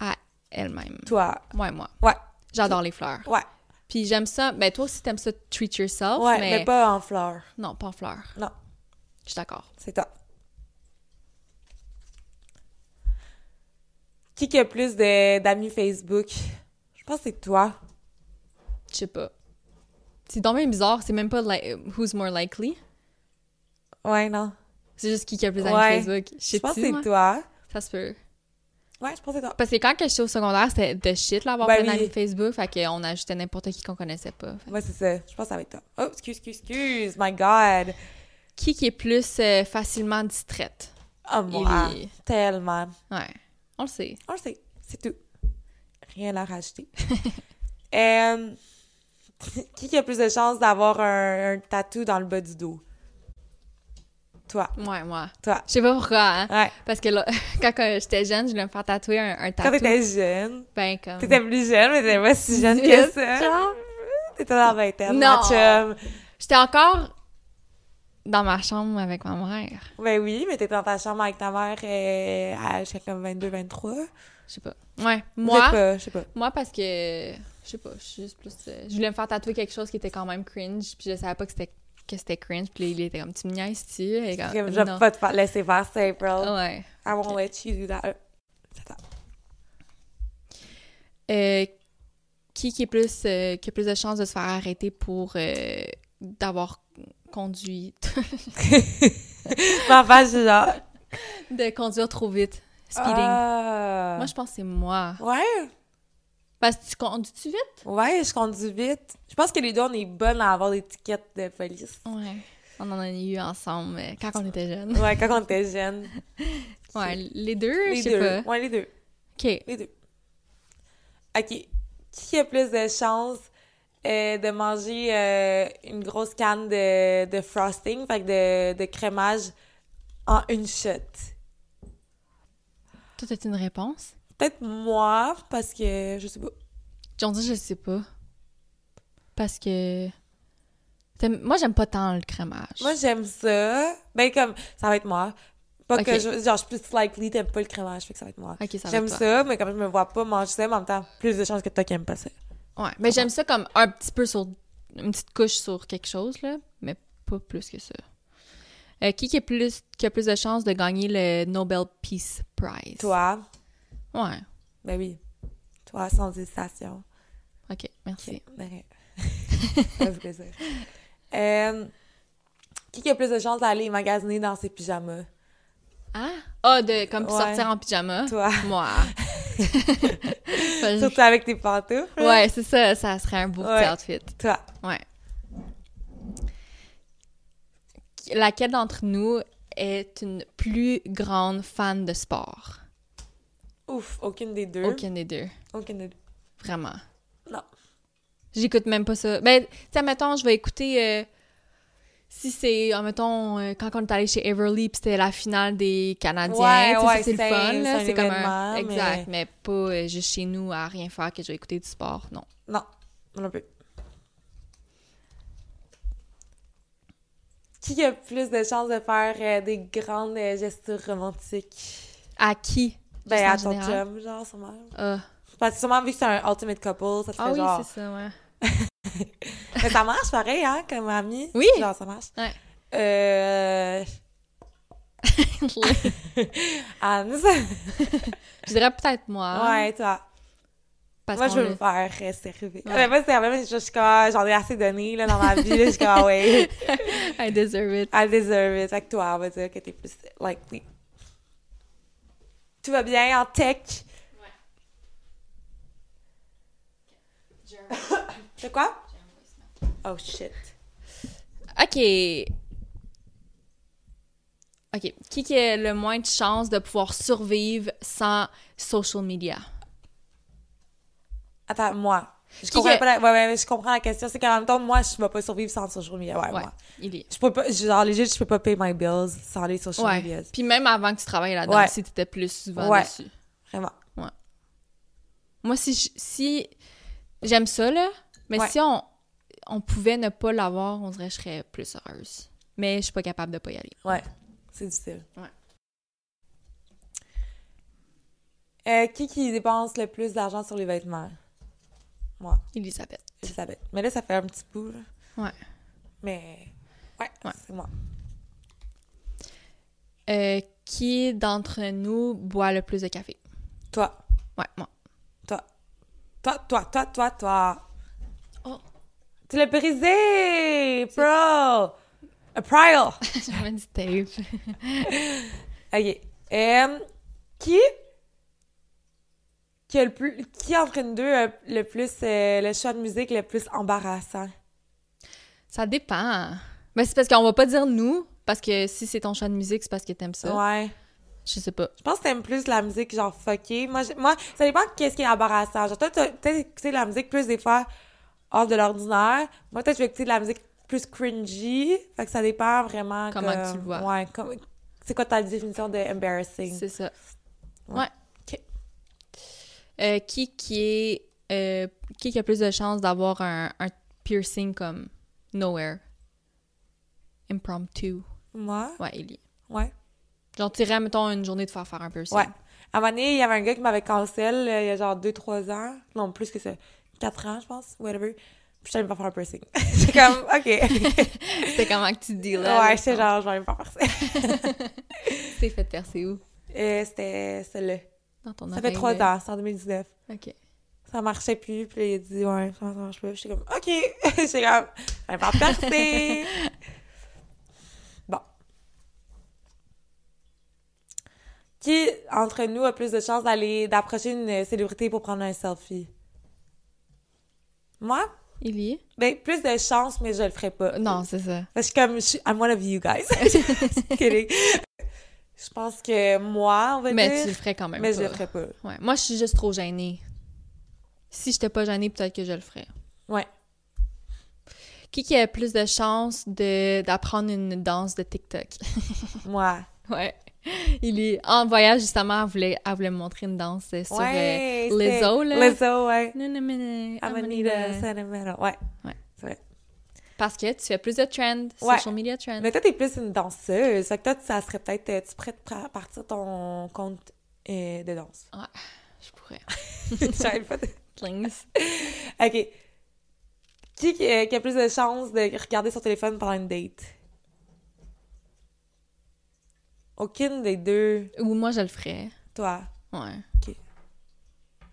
à elle-même?
Toi.
Ouais, moi.
Ouais.
J'adore les fleurs.
Ouais.
Puis j'aime ça. Ben, toi aussi, t'aimes ça treat yourself.
Ouais,
mais,
mais... pas en fleurs.
Non, pas en fleurs.
Non.
Je suis d'accord.
C'est toi. Qui qui a plus de- d'amis Facebook? Je pense que c'est toi.
Je sais pas. C'est donc même bizarre. C'est même pas like, who's more likely.
Ouais, non.
C'est juste qui qui a plus d'amis
Ouais.
Facebook. Je
Je
sais
pense que
pas.
c'est toi.
Ça se peut.
Ouais, je pense que c'est toi.
Parce que quand que j'étais au secondaire, c'était de shit, là, avoir
Ben
plein
oui.
d'amis Facebook. Fait qu'on ajoutait n'importe qui qu'on connaissait pas. Fait-
Ouais, c'est ça. Je pense que ça va être toi. Oh, excuse, excuse, excuse. My God.
Qui qui est plus euh, facilement distraite?
Oh, moi.
Il est-
Tellement.
Ouais. On le sait.
On le sait. Ah, C'est tout. Rien à rajouter. Euh, qui qui a plus de chances d'avoir un, un tatou dans le bas du dos? Toi.
Ouais, moi.
Toi.
Je sais pas pourquoi, hein.
Ouais.
Parce que là, quand euh, j'étais jeune, je voulais me faire tatouer un, un
Quand
tatou.
t'étais jeune,
Ben, comme...
t'étais plus jeune, mais t'étais pas si jeune que ça.
Genre,
T'étais dans la vingtaine,
Non.
mon chum.
J'étais encore dans ma chambre avec ma mère.
Ben oui, mais t'étais dans ta chambre avec ta mère euh, à, je sais, comme 22, 23.
Je sais pas.
Je
Ouais.
sais
Moi,
pas, je sais pas.
moi parce que je sais pas, je suis juste plus euh, je voulais me faire tatouer quelque chose qui était quand même cringe, puis je savais pas que c'était que c'était cringe, puis là, il était comme tu me niaises tu et comme
Je vais
non. Oh.
pas te faire laisser faire ça, April.
Ouais.
I won't let you do that. J'attends.
Euh, qui qui est plus euh, qui a plus de chances de se faire arrêter pour euh, d'avoir conduit
Ma face, je suis genre...
de conduire trop vite, speeding.
Ah.
Moi je pense que c'est moi.
Ouais,
Parce que tu conduis-tu vite
ouais, je conduis vite. Je pense que les deux, on est bonnes à avoir des tickets de police.
Ouais. On en a eu ensemble euh, quand on était jeunes.
Ouais, quand on était jeunes.
Ouais, les deux, je
Les
sais
deux.
pas.
Ouais, les deux.
OK.
Les deux. OK. Qui a plus de chances euh, de manger euh, une grosse canne de, de frosting, fait que de, de crémage, en une shot?
Toi, t'as une réponse?
Peut-être moi, parce que je sais pas.
J'en dis, je sais pas. Parce que... t'aimes- Moi, j'aime pas tant le crémage.
Moi, j'aime ça. Ben, comme, ça va être moi. Pas
Ok.
que je, genre, je suis plus likely, t'aimes pas le crémage, fait que ça va être moi.
OK, ça va
J'aime
toi.
ça, mais comme je me vois pas manger ça, mais en même temps, plus de chances que toi qui aimes pas ça.
Ouais, mais j'aime ça comme un petit peu sur... Une petite couche sur quelque chose, là. Mais pas plus que ça. Euh, qui, qui, est plus... qui a plus de chances de gagner le Nobel Peace Prize?
Toi,
Ouais.
ben oui. Toi, sans hésitation.
OK, merci.
Ouais. Ça fait plaisir. Euh, qui a plus de chances d'aller magasiner dans ses pyjamas?
Ah! Ah, de comme
Ouais.
sortir en pyjama.
Toi.
Moi. Enfin, Euh, je-
Surtout avec tes pantoufles.
Ouais, c'est ça, ça serait un beau
Ouais.
petit outfit.
Toi.
Ouais. Laquelle d'entre nous est une plus grande fan de sport?
Ouf, aucune des deux.
Aucune des deux,
Aucune des deux.
vraiment.
Non.
J'écoute même pas ça. Ben, tu sais, mettons, je vais écouter euh, si c'est, mettons, quand on est allé chez Everly, puis c'était la finale des Canadiens,
Ouais,
tu sais,
ouais,
ça, c'est le
c'est-
fun, là,
c'est un
c'est comme
événement,
un...
mais-
Exact, mais pas euh, juste chez nous à rien faire que je vais écouter du sport, non.
Non, non plus. Qui a plus de chances de faire euh, des grandes euh, gestures romantiques?
À qui?
Ben, à
Juste en
ton
général?
chum, genre, sûrement.
Ah.
Parce que sûrement, vu que c'est un ultimate couple, ça te fait
Ah oui,
genre...
c'est ça, ouais.
Mais ça marche pareil, hein, comme ami.
Oui.
Genre, ça marche.
Ouais.
Euh... Anne,
je dirais peut-être moi.
ouais, toi.
Ah. Parce
Moi,
qu'on
je veux me
le-
faire euh, servir.
Ouais.
Mais moi, c'est la même chose. Je suis comme, ah, j'en ai assez donné, là, dans ma vie. là, je suis comme, ah ouais,
I deserve it.
I deserve it. Fait que toi, on va dire que t'es plus likely. Tout va bien en tech? C'est quoi? Oh, shit.
OK. OK. Qui qui a le moins de chances de pouvoir survivre sans social media?
Attends, moi. Je
Qui
comprends,
que-
pas la... ouais, ouais, je comprends la question. C'est qu'en même temps, moi, je vais pas survivre sans social media. Ouais,
Ouais,
moi.
il est.
Je peux pas, genre, legit, je peux pas payer my bills sans les social
Ouais.
medias.
Puis même avant que tu travailles là-dedans,
Ouais.
si t'étais plus souvent
Ouais.
dessus.
Vraiment.
Moi, si je- si j'aime ça, là, mais
Ouais.
si on, on pouvait ne pas l'avoir, on dirait que je serais plus heureuse. Mais je suis pas capable de pas y aller.
Ouais. C'est difficile.
Ouais.
Euh, qui qui dépense le plus d'argent sur les vêtements? Moi,
Elisabeth.
Elisabeth. Mais là, ça fait un petit bout, là.
Ouais.
Mais, ouais,
Ouais.
c'est moi.
Euh, qui d'entre nous boit le plus de café?
Toi,
Ouais, moi.
toi, toi, toi, toi, toi, toi.
Oh.
Tu l'as brisé, bro! A prile!
J'avais dit tape.
OK. Euh, qui... Qui, a le plus, qui entre nous deux a le plus euh, le choix de musique le plus embarrassant?
Ça dépend. Mais c'est parce qu'on va pas dire nous, parce que si c'est ton choix de musique, c'est parce que t'aimes ça.
Ouais.
Je sais pas.
Je pense que t'aimes plus la musique genre fuckée. Moi, j'ai- moi ça dépend qu'est-ce qui est embarrassant. Genre, toi, t'as peut-être écouté de la musique plus des fois hors de l'ordinaire. Moi, peut-être je vais écouter de la musique plus cringy. Fait que ça dépend vraiment.
Comment
comme-
tu le vois.
Ouais. comme- C'est quoi ta définition de embarrassing?
C'est ça.
Ouais.
Ouais.
Ok.
Euh, qui qui est euh, qui qui a plus de chances d'avoir un, un piercing comme nowhere impromptu
Moi?
ouais Ellie
Ouais.
genre tirer mettons une journée de faire faire un piercing
Ouais. À un moment donné, il y avait un gars qui m'avait cancel euh, il y a genre 2-3 ans. Non, plus que ça. 4 ans, je pense. Whatever. Puis j'allais me faire faire un piercing. J'étais comme, OK.
c'était comment que tu dis là
ouais, j'étais genre, je vais me faire faire ça.
t'es fait percer où
Euh, C'était celle-là.
dans ton
Ça fait 3
oreille, là?
ans, c'est en 2019.
ok
Ça marchait plus. Puis là, il a dit, ouais, ça marche plus. J'étais comme, OK. J'étais comme, je vais me faire percer. bon. Qui, entre nous, a plus de chances d'aller, d'approcher une célébrité pour prendre un selfie? Moi?
Ellie
Ben, plus de chance, mais je le ferai pas.
non c'est ça
Parce que je suis comme, je suis, I'm one of you guys. Just kidding. Je pense que moi, on va
mais tu le
dire.
ferais quand même
mais
pas.
je le ferai pas.
ouais moi je suis juste trop gênée si j'étais pas gênée peut-être que je le ferais
Ouais.
qui qui a plus de chances de d'apprendre une danse de TikTok
Moi.
Ouais. Il est en voyage justement, elle voulait, elle voulait me montrer une danse euh, sur
ouais, c'est-
euh, Lizzo là.
Lizzo, ouais.
Non, non, mais, euh,
I'm gonna need
Amanita.
a sentimental. Ouais.
Ouais.
C'est vrai.
Parce que tu fais plus de trends,
Ouais.
social media trends.
Mais toi, t'es plus une danseuse. Fait que toi, ça serait peut-être. euh, Tu pourrais te pra- partir ton compte euh, de danse.
Je pourrais.
J'arrive pas. de-
Please.
Ok. Qui, qui, euh, qui a plus de chances de regarder son téléphone pendant une date? Aucune des deux.
Ou moi je le ferais.
Toi.
Ouais.
Ok.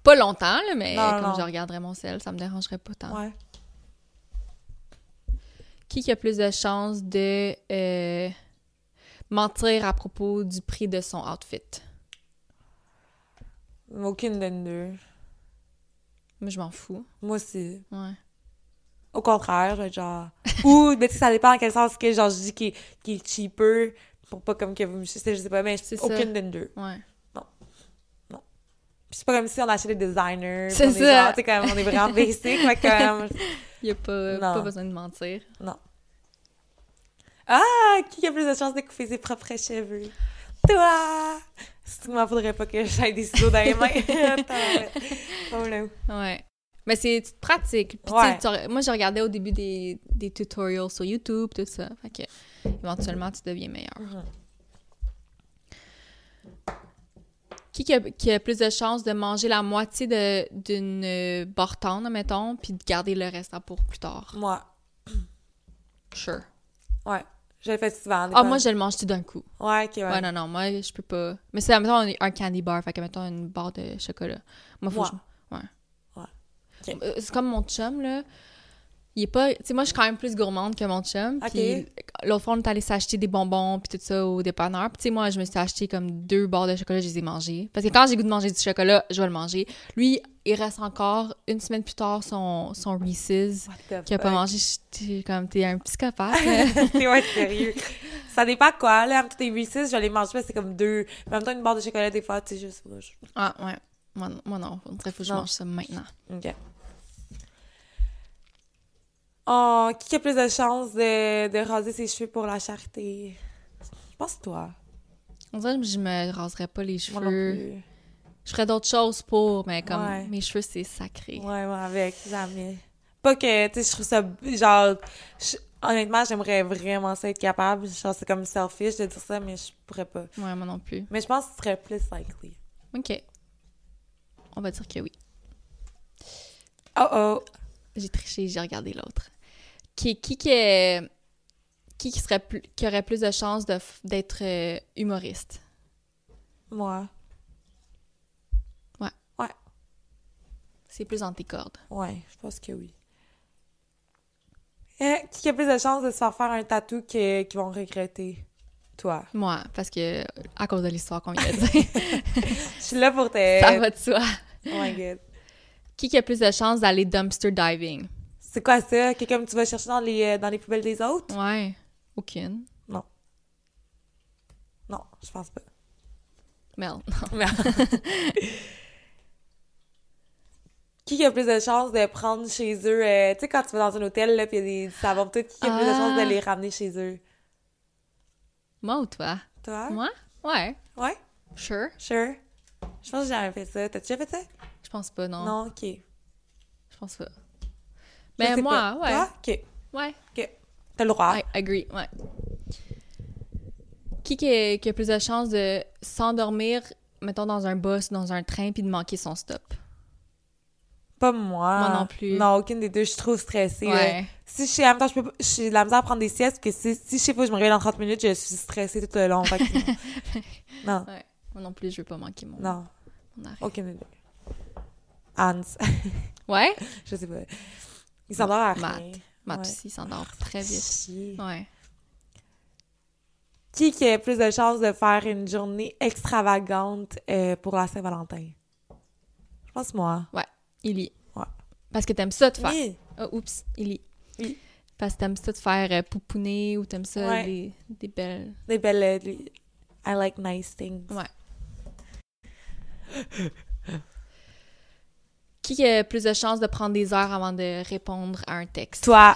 Pas longtemps là, mais
Non,
comme
non.
je regarderais mon sel, ça me dérangerait pas tant.
Ouais.
Qui qui a plus de chances de euh, mentir à propos du prix de son outfit
Aucune des deux.
Moi je m'en fous.
Moi aussi.
Ouais.
Au contraire, je vais être genre. Ou, mais tu sais, ça dépend en quel sens que genre je dis qu'il qu'il est cheaper pour pas comme que vous me sucez, je sais pas, mais
C'est ça.
aucune d'une deux.
Ouais.
Puis c'est pas comme si on achetait des designers. puis
C'est
on est
ça.
genre, tu sais, comme on est vraiment basic, fait comme.
Il y a pas,
Non.
pas besoin de mentir.
Ah, qui a plus de chances de couper ses propres cheveux? Toi! Surtout que m'en faudrait pas que j'aille des ciseaux dans les mains. Attends, ouais. Oh là.
Ouais. Mais c'est tu te pratiques. Puis, tu sais,
Ouais.
tu re- moi, je regardais au début des, des tutorials sur YouTube, tout ça. Fait que, éventuellement, tu deviens meilleur.
Mhm.
Qui qui a, qui a plus de chances de manger la moitié de- d'une euh, barre tendre, mettons, puis de garder le restant pour plus tard?
Moi,
Sure.
ouais. Je le fais souvent. des
Ah,
fois.
moi, je le mange tout d'un coup.
Ouais, ok, ouais.
Ouais. non, non, moi, je peux pas. Mais c'est, mettons, un- un candy bar, fait que, mettons, une barre de chocolat. Moi, faut
Ouais.
que je- Ouais.
Ouais. Ok.
Euh, C'est comme mon chum, là. Il est pas. Tu sais, moi, je suis quand même plus gourmande que mon chum.
Ok.
Puis l'autre fois, on est allé s'acheter des bonbons, puis tout ça au dépanneur. Puis, tu sais, moi, je me suis acheté comme deux barres de chocolat, je les ai mangées. Parce que quand j'ai goût de manger du chocolat, je vais le manger. Lui, il reste encore une semaine plus tard son, son Reese's
What the
qu'il a pas
fuck?
mangé. Je- t'es comme, t'es un psychopathe. là.
T'es ouais, sérieux. Ça dépend quoi, là. En tout les Reese's, je les mange pas, c'est comme deux. En même temps, une barre de chocolat, des fois, tu sais, juste.
ah, ouais. Moi, non- moi non. Faudrait faut que je
Non.
mange ça maintenant.
Ok. Oh, qui a plus de chances de, de raser ses cheveux pour la charité? Je pense toi.
On dirait que je me raserais pas les
Moi non
cheveux.
plus.
Je ferais d'autres choses pour, mais comme
Ouais.
mes cheveux, c'est sacré.
Ouais, moi avec, jamais. Pas que, tu sais, je trouve ça, genre, je- honnêtement, j'aimerais vraiment ça être capable. Genre, c'est comme selfish de dire ça, mais je pourrais pas.
Ouais, moi non plus.
Mais je pense que ce serait plus likely.
OK. On va dire que oui.
Oh oh!
J'ai triché, j'ai regardé l'autre. Qui qui qui est- qui qui serait plus- qui aurait plus de chances de f- d'être euh, humoriste
Moi.
C'est plus dans tes cordes.
Ouais, je pense que oui. Euh, qui a plus de chances de se faire faire un tatou que- qu'ils vont regretter? Toi.
Moi, parce que à cause de l'histoire qu'on vient de dire,
Je suis là pour te...
ça va de soi.
Oh my god.
Qui qui a plus de chances d'aller dumpster diving
C'est quoi ça? Que comme tu vas chercher dans les, euh, dans les poubelles des autres?
Ouais, aucune.
Non. Non, je pense pas.
Mel.
Qui a plus de chances de prendre chez eux? euh, tu sais, quand tu vas dans un hôtel, là, pis il y a des savons, tout, qui a plus de
Ah.
chances de les ramener chez eux?
Moi ou toi
Toi?
Moi Ouais.
Ouais?
Sure.
Sure. Je pense que j'ai jamais fait ça. T'as déjà fait ça?
Je pense pas, non.
Non, ok. Je
Je pense pas. Mais
sais
Ben, moi,
pas.
ouais.
Toi? Ah. Ok.
Ouais.
Ok. T'as le droit.
I agree, ouais. Qui qui a, qui a plus de chances de s'endormir, mettons, dans un bus, dans un train, puis de manquer son stop?
Pas moi.
Moi non plus.
Non, aucune des deux. Je suis trop stressée. là.
Ouais.
Si je suis en même temps, je peux pas- j'ai de la misère à prendre des siestes, parce que si, si je sais pas, je me réveille dans 30 minutes, je suis stressée tout le long. Fait que- non,
Ouais. Moi non plus, je veux pas manquer mon,
non,
mon arrêt.
aucune des deux. Hans,
Ouais?
je sais pas. Il s'endort à rien.
Matt. Matt
Ouais.
aussi s'endort très vite.
Chier.
Ouais.
Qui qui a plus de chances de faire une journée extravagante euh, pour la Saint-Valentin? Je pense moi.
Il lit.
Ouais.
Parce que t'aimes ça de faire.
Oui.
Oh, oups, il lit.
Oui.
Parce que t'aimes ça de faire euh, pouponner ou t'aimes ça
Ouais.
des, des belles.
Des belles... euh, des- I like nice things.
Ouais. Qui a plus de chances de prendre des heures avant de répondre à un texte?
Toi,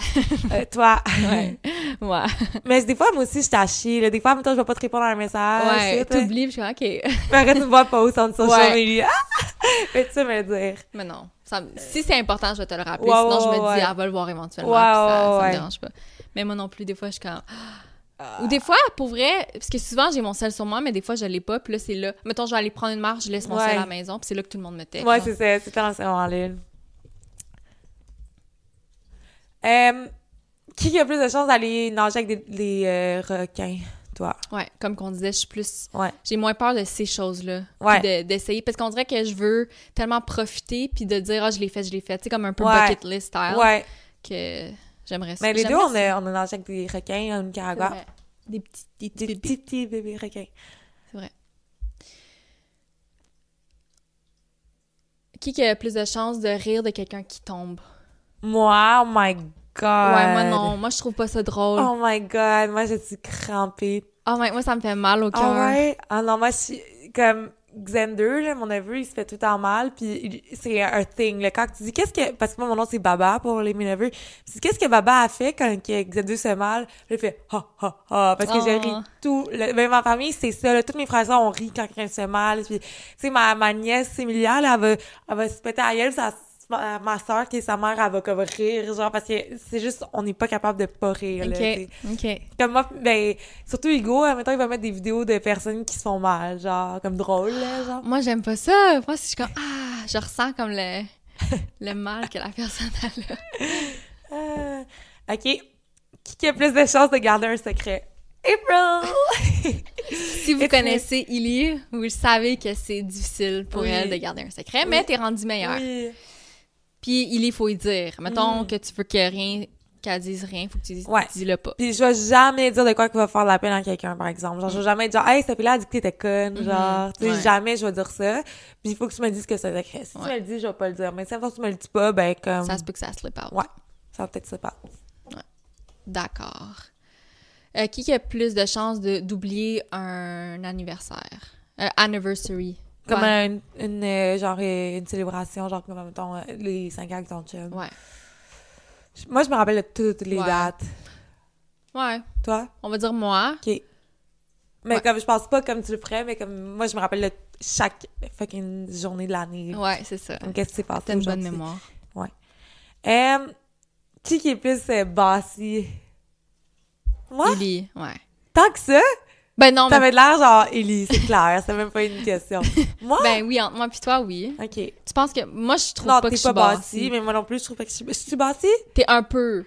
euh, toi.
Ouais. ouais.
Mais des fois, moi aussi, je t'achie. Là. Des fois, en même temps, je vais pas te répondre à un message.
ouais.
tu sais, là.
T'oublies, puis je suis comme, OK.
Mais après, tu me vois post on social
Ouais.
media. Ah! Fais-tu me dire?
Mais non. ça me- si c'est important, je vais te le rappeler.
Ouais,
Sinon, je
ouais,
me dis,
ouais.
ah, va le voir éventuellement.
Ouais,
puis ça, ça
ouais, ouais.
me dérange pas. Mais moi non plus, des fois, je suis comme. Ah. Ou des fois, pour vrai, parce que souvent, j'ai mon sel sur moi, mais des fois, je l'ai pas. Puis là, c'est là. Mettons, je vais aller prendre une marche, je laisse mon
Ouais.
sel à la maison, puis c'est là que tout le monde me texte.
Ouais,
Genre,
c'est ça. C'est dans ce moment-là. Euh, qui a plus de chances d'aller nager avec des, des, euh, requins? Toi.
Ouais, comme qu'on disait, je suis plus.
Ouais.
J'ai moins peur de ces choses-là.
Ouais.
puis de- D'essayer. Parce qu'on dirait que je veux tellement profiter puis de dire, ah, je l'ai fait, je l'ai fait. C'est comme un peu
Ouais.
bucket list style.
ouais.
Que j'aimerais ça.
Mais les deux,
J'aimerais
on a, on a nagé avec des requins, une
ça.
caragua.
Ouais. Des petits. Des petits
Des
bébés.
petits, petits bébés requins.
C'est vrai. Qui qui a plus de chances de rire de quelqu'un qui tombe?
Moi, oh my god.
Ouais, moi non. Moi, je trouve pas ça drôle.
Oh my god. Moi, je suis crampée.
Ah, ouais, moi, ça me fait mal au cœur.
Ah ouais? Ah non, moi, je suis- comme Xander, là, mon neveu, il se fait tout le temps mal, puis il- c'est un thing. Là. Quand tu dis qu'est-ce que... Parce que moi, mon nom, c'est Baba pour les mes neveux. Tu dis qu'est-ce que Baba a fait quand que Xander se fait mal? Là, il fait ha ha ha, parce que j'ai
Oh.
ri tout. Le... Même ma famille, c'est ça. là. Toutes mes frères et sœurs, on rit quand quelqu'un se fait mal. Puis, tu sais, ma, ma nièce, Emilia, là, elle va, elle va se péter à gueule, ça... Ma ma sœur qui est sa mère, elle va comme rire, genre, parce que c'est juste, on n'est pas capable de pas rire, là, tu sais.
Ok. Ok.
Comme moi, ben, surtout Hugo, en même temps, il va mettre des vidéos de personnes qui se font mal, genre, comme drôle, là, genre.
Moi, j'aime pas ça. Moi, si je suis comme, ah, je ressens comme le, le mal que la personne a là.
Euh, ok. Qui qui a plus de chances de garder un secret? April!
Si vous
Est-ce que-
connaissez Illy, vous le savez que c'est difficile pour
Oui.
elle de garder un secret, mais t'es rendu meilleur.
Oui.
Puis Illy, faut y dire. Mettons
Mm.
que tu veux que rien, qu'elle dise rien, faut que tu dises,
Ouais.
dis-le pas.
Puis je vais jamais dire de quoi qui va faire de la peine à quelqu'un, par exemple. Genre, je vais jamais dire, hey, cette fille-là a dit que t'étais conne, genre. Tu sais,
Mhm. Ouais.
jamais je vais dire ça. Puis il faut que tu me dises que c'est un secret. Si tu
Ouais.
me le dis, je vais pas le dire. Mais si en même temps, tu me le dis pas, ben, comme.
Ça se peut que ça slip out.
Ouais. Ça va peut-être se passer.
D'accord. Euh, qui qui a plus de chances de- d'oublier un anniversaire? Euh, anniversary.
Comme
ouais.
une, une, euh, genre, euh, une célébration, genre, comme, mettons, euh, les 5 ans avec ton chum.
Ouais.
Je- Moi, je me rappelle de toutes les
Ouais.
dates.
Ouais.
Toi?
On va dire moi.
OK. Mais
Ouais.
comme, je pense pas comme tu le ferais, mais comme, moi, je me rappelle de chaque fucking journée de l'année.
Ouais, c'est ça.
Donc, Qu'est-ce qui s'est passé
T'as une bonne
aujourd'hui?
mémoire.
Euh, qui qui est plus euh, bossy? Moi?
Ellie, ouais.
Tant que Ah! ça,
Ben non, mais,
t'avais de l'air genre Ellie, c'est clair, c'est même pas une question. Moi?
ben oui, entre moi puis toi, oui.
ok.
Tu penses que moi je trouve
Non,
pas que
t'es
je
pas
suis
bossy,
bossy.
mais moi non plus, je trouve pas que je suis. Je suis bossy?
T'es un peu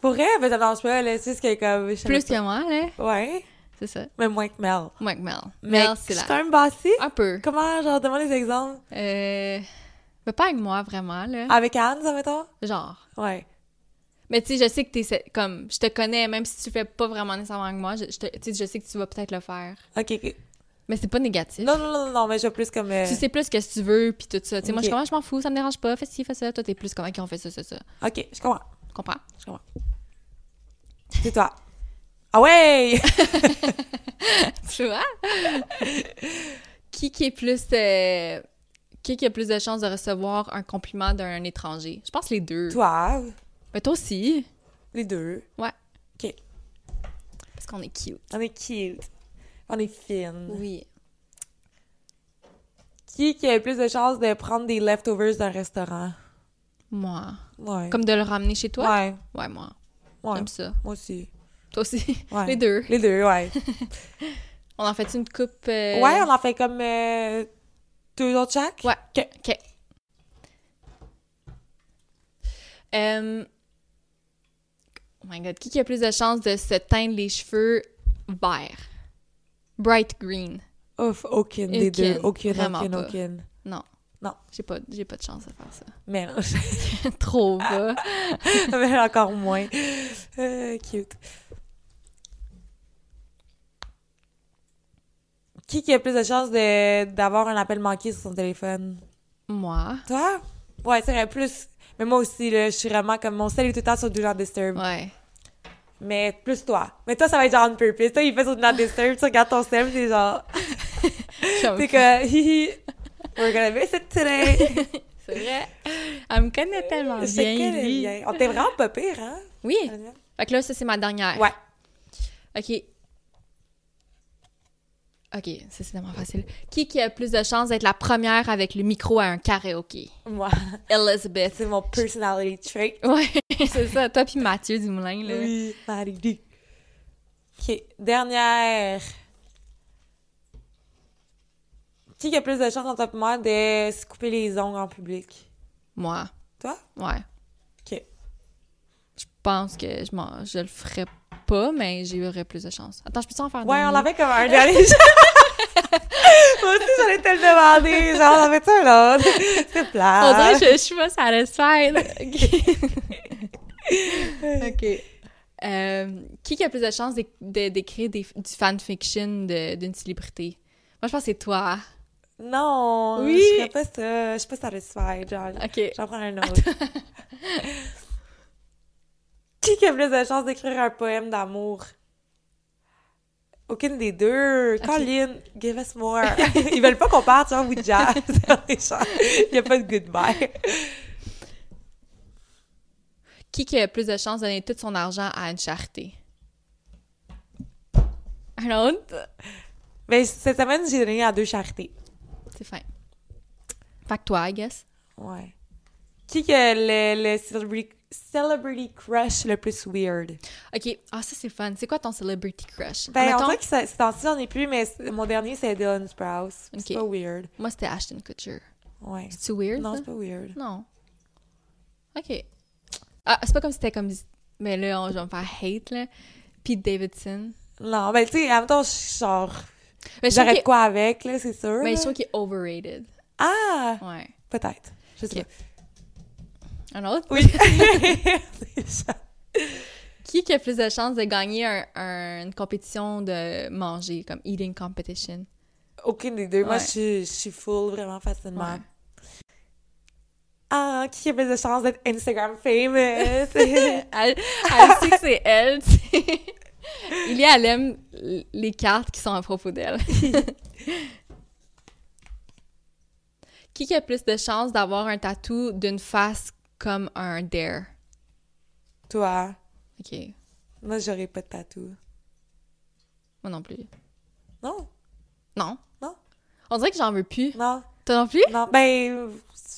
Pour vrai, mais ça me dérange pas, là, c'est ce qui est comme. je
plus
sais
que moi là,
pas. Ouais,
c'est ça.
mais moins que Mel.
Moi que Mel.
Mais
Mel,
je
c'est
suis
là.
quand même bossy.
Un peu.
Comment, genre, demande des exemples?
Euh mais pas avec moi vraiment là.
Avec Anne, ça mettons?
Genre.
Ouais.
Mais tu sais, je sais que t'es ce- comme je te connais même si tu le fais pas vraiment nécessairement avec moi, je je te- tu sais je sais que tu vas peut-être le faire.
Ok, ok.
Mais c'est pas négatif.
Non, non, non, non, non, mais je suis plus comme. euh,
Tu sais plus que si tu veux puis tout ça. Tu sais moi je suis
Ok.
comme, Ah, je m'en fous, ça me dérange pas, fais ci, fais ça. Toi t'es plus comment qui ont fait ça ça ça.
Ok, je comprends.
Tu comprends
Je comprends. C'est toi. Ah ouais!
Tu vois? qui, qui est plus. euh, qui, qui a plus de chances de recevoir un compliment d'un étranger? Je pense les deux.
toi,
Mais toi aussi.
les deux.
Ouais.
Ok.
Parce qu'on est cute.
On est cute. On est fine.
Oui.
Qui qui a le plus de chances de prendre des leftovers d'un restaurant?
Moi.
Ouais.
Comme de le ramener chez toi?
Ouais,
Ouais, moi.
ouais.
J'aime ça.
Moi aussi.
Toi aussi.
Ouais.
Les deux.
Les deux, ouais.
On en fait une coupe. euh,
Ouais, on en fait comme euh, deux autres chaque.
Ouais.
Ok.
OK. Euh, Oh my god, qui qui a plus de chances de se teindre les cheveux verts? Bright green.
Ouf, aucune des
Aucune,
deux. Aucune,
vraiment
aucune,
pas.
aucune.
Non.
Non.
J'ai pas, j'ai pas de chance de faire ça. Ah.
Mais non,
Trop bas.
mais encore moins. Euh, cute. Qui qui a plus de chances de- d'avoir un appel manqué sur son téléphone?
Moi.
Toi? Ouais, c'est vrai, plus. Mais moi aussi, là, je suis vraiment comme mon sel est tout le temps sur Do Not Disturb.
Ouais.
Mais plus toi. Mais toi, ça va être genre on purpose. Toi, il fait sur Do Not Disturb, tu regardes ton sel, t'es genre.
J'avoue.
T'es que, hihi, we're gonna miss it today.
C'est vrai. Elle me connaît tellement
Je te
bien,
connais
Ellie.
bien. On t'est vraiment pas pire, hein?
Oui. Fait que là, ça, c'est ma dernière.
Ouais.
OK. OK, ça, c'est tellement facile. Qui qui a plus de chances d'être la première avec le micro à un karaoké?
Moi,
Elizabeth.
c'est mon personality trait.
Ouais, c'est ça. Toi puis Mathieu Dumoulin, là.
Oui, Marie. Ok, dernière. Qui a plus de chance en top moi de se couper les ongles en public?
Moi.
Toi?
Ouais.
Ok.
Je pense que je, m'en- je le ferais pas, mais j'aurais plus de chance. Attends, je peux-tu en faire
Ouais,
un
on
dernier?
l'avait comme un dernier. Moi aussi, j'allais te le demander. Genre, on avait un autre. C'est
On dirait
plat.
que je, je suis pas satisfied. OK. OK. Euh, qui qui a plus de chances d'é- de- d'écrire des- du fanfiction de- d'une célébrité? Moi, je pense que c'est toi.
Non,
Oui.
je ferais pas ça. Je suis pas satisfied. Genre,
OK.
j'en prends un autre. Qui a plus de chance d'écrire un poème d'amour? Aucune des deux. Colin, give us more. Ils veulent pas qu'on parte, genre, with jazz. Il y a pas de goodbye.
Qui qui a plus de chances de donner tout son argent à une charité? Un autre?
Mais Ben, cette semaine, j'ai donné à deux charités.
C'est fin. Fait que toi, I guess.
Ouais. Qui que le, le celebrity, celebrity crush le plus weird?
OK. Ah, ça, c'est fun. C'est quoi ton celebrity crush?
Ben,
Mettons,
on dirait que ça- ces temps-ci, j'en ai plus, mais c- mon dernier, c'est Dylan Sprouse. C'est
Ok.
pas weird.
Moi, c'était Ashton Kutcher.
Ouais.
C'est-tu weird,
Non,
ça?
c'est pas weird.
Non. OK. Ah, c'est pas comme si c'était comme... Mais là, on, je vais me faire hate, là. Pete Davidson.
Non, ben, tu sais, en même temps, je suis genre.
Mais je trouve
J'arrête
qu'il-
quoi avec, là, c'est sûr.
mais je
là.
trouve qu'il est overrated.
Ah!
Ouais.
Peut-être. Je sais
Ok. Un autre?
pas. Oui. C'est ça.
Qui qui a plus de chances de gagner un- un- une compétition de manger, comme eating competition?
Aucune des deux. Moi,
Ouais.
je suis- je suis full vraiment facilement.
Ouais.
Ah, qui a plus de chance d'être Instagram famous?
Elle, elle sait que c'est elle, tu sais. Il y a, elle aime l- les cartes qui sont à propos d'elle. qui qui a plus de chances d'avoir un tatou d'une face comme un dare?
Toi,
Ok.
moi, j'aurais pas de tatou.
Moi non plus.
Non,
Non.
Non.
On dirait que j'en veux plus.
non,
Toi non plus?
non. Ben,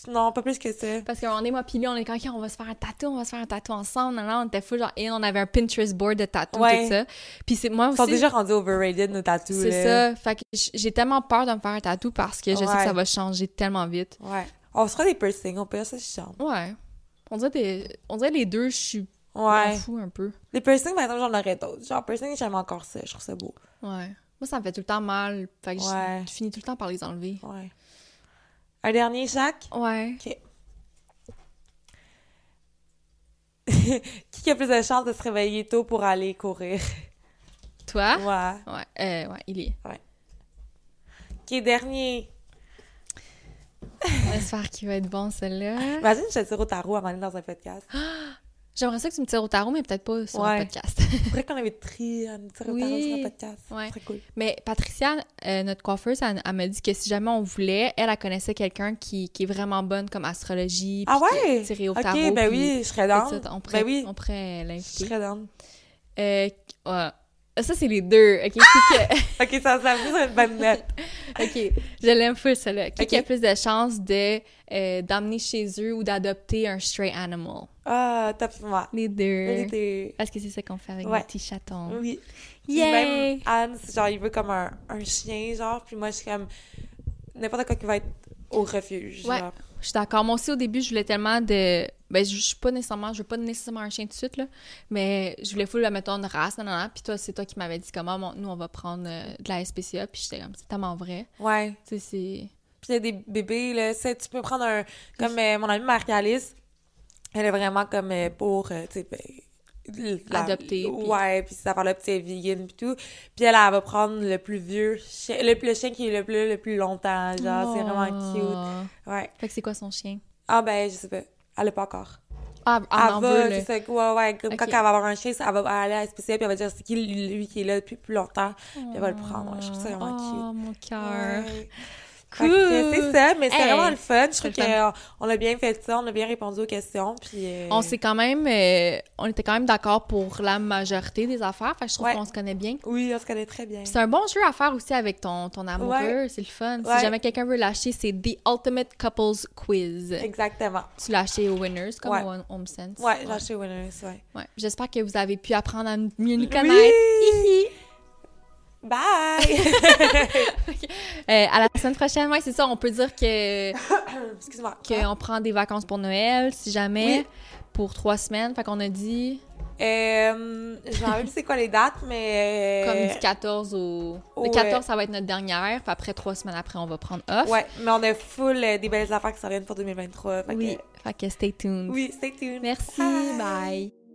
non, pas plus que ça.
Parce qu'à un moment donné, moi pis lui, on est comme, OK, on va se faire un tatou, on va se faire un tatou ensemble. Non, non, on était fou, genre, et on avait un Pinterest board de tatou,
Ouais.
tout ça. Puis c'est moi
Ils sont
aussi.
déjà rendus overrated, nos tatous,
C'est
là.
ça. Fait que j- j'ai tellement peur de me faire un tatou parce que je sais que
Ouais.
ça va changer tellement vite.
Ouais. On se fera des piercings, on peut ça, je chante.
Ouais. On dirait, des... on dirait les deux, je suis
Ouais.
fou un peu.
Les piercings, par exemple, j'en aurais d'autres. Genre, piercing, j'aime encore ça, je trouve ça beau.
Ouais. Moi, ça me fait tout le temps mal. Fait que je-
Ouais.
je finis tout le temps par les enlever.
Ouais. Un dernier, Jacques?
Ouais.
Qui a plus de chances de se réveiller tôt pour aller courir?
Toi?
Ouais.
Ouais. Euh, ouais, il est.
Qui est dernier?
J'espère qu'il va être bon, celle-là.
Imagine, je te tire au tarot à un moment donné dans un podcast.
Ah! J'aimerais ça que tu me tires au tarot, mais peut-être pas sur un
Ouais.
podcast.
Je vrai qu'on avait tri à nous tirer au tarot
Oui.
sur un podcast.
Ouais.
C'est Très cool.
Mais Patricia, euh, notre coiffeuse, elle, elle m'a dit que si jamais on voulait, elle, elle connaissait quelqu'un qui, qui est vraiment bonne comme astrologie.
Ah
puis qui
ouais?
a tiré au
Ok,
tarot.
ben
puis
oui, je serais
tout
down.
ça, on pourrait,
Ben oui.
on pourrait
Je
l'inviter.
serais down.
Euh, ouais. Ah, Ça, c'est les deux. OK, qui
Ah!
que-
Ok, ça, ça vous une bonne note.
OK, je l'aime full, celle-là. Qui,
OK.
qui a plus de chances de, euh, d'emmener chez eux ou d'adopter un stray animal?
Ah, top pour moi.
Les deux.
Elle était-
Parce que c'est ça qu'on fait avec
Ouais. Mm.
les petits chatons.
Oui. Puis
Yay!
Même Anne, c'est genre, il veut comme un, un chien, genre, puis moi, je suis comme n'importe quoi qui va être au refuge.
Ouais.
genre.
Je suis d'accord. Moi aussi, au début, je voulais tellement de. Ben, je je suis pas nécessairement. Je veux pas nécessairement un chien tout de suite, là. Mais je voulais full, mettons, une race, non, non, non. Puis toi, c'est toi qui m'avais dit comment mon- nous, on va prendre euh, de la SPCA. Puis j'étais comme, c'est tellement vrai.
Ouais.
Tu sais, c'est.
Puis il y a des bébés, là, tu sais, tu peux prendre un. Comme euh, mon amie Marie-Alice, elle est vraiment comme euh, pour, euh, tu sais, ben, l-
Adopter, puis-
Ouais, puis ça là, puis c'est vegan, puis tout. Puis elle, elle va prendre le plus vieux chien, le, le chien qui est le plus, le plus longtemps, genre, c'est vraiment cute.
cute.
Ouais.
Oh. Fait que c'est quoi son chien?
Ah, ben, je sais pas. Elle l'a pas encore.
Ah,
elle
ah en
va,
veut, là.
c'est ça, ouais, ouais, comme
Ok.
quand elle va avoir un chien, ça- elle va aller à la SPCA, puis elle va dire c'est qui lui lui qui est là depuis plus longtemps. elle va le prendre, ouais, je trouve ça vraiment
Oh, mon cœur.
Ouais. Fait
Cool.
que C'est ça, mais c'est
Hey,
vraiment le fun. Je
c'est
trouve
le
qu'on on a bien fait ça, on a bien répondu aux questions, puis... euh,
On s'est quand même. euh, on était quand même d'accord pour la majorité des affaires. Fait que je trouve
Ouais.
qu'on se connaît bien.
Oui, on se connaît très bien.
Puis C'est un bon jeu à faire aussi avec ton, ton amoureux,
Ouais.
c'est le fun. Si
Ouais.
jamais quelqu'un veut lâcher, c'est The Ultimate Couples Quiz.
Exactement.
Tu l'as acheté aux winners, comme
Ouais.
au Home Sense.
Ouais, j'ai acheté Winners, ouais.
Ouais. J'espère que vous avez pu apprendre à mieux nous connaître.
Oui! Bye!
Euh, à la semaine prochaine, ouais, c'est ça, on peut dire que
Excuse-moi. Euh,
qu'on prend des vacances pour Noël, si jamais,
Oui.
pour trois semaines. Fait qu'on a dit
Euh, je me rappelle plus c'est quoi les dates, mais... euh,
comme du 14 au... Le
ouais.
14, ça va être notre dernière, puis après, trois semaines après, on va prendre off.
Ouais, mais on a full euh, des belles affaires qui s'en viennent pour 2023. fait que-
oui. Fait que stay tuned.
Oui, stay tuned.
Merci,
Bye.
bye.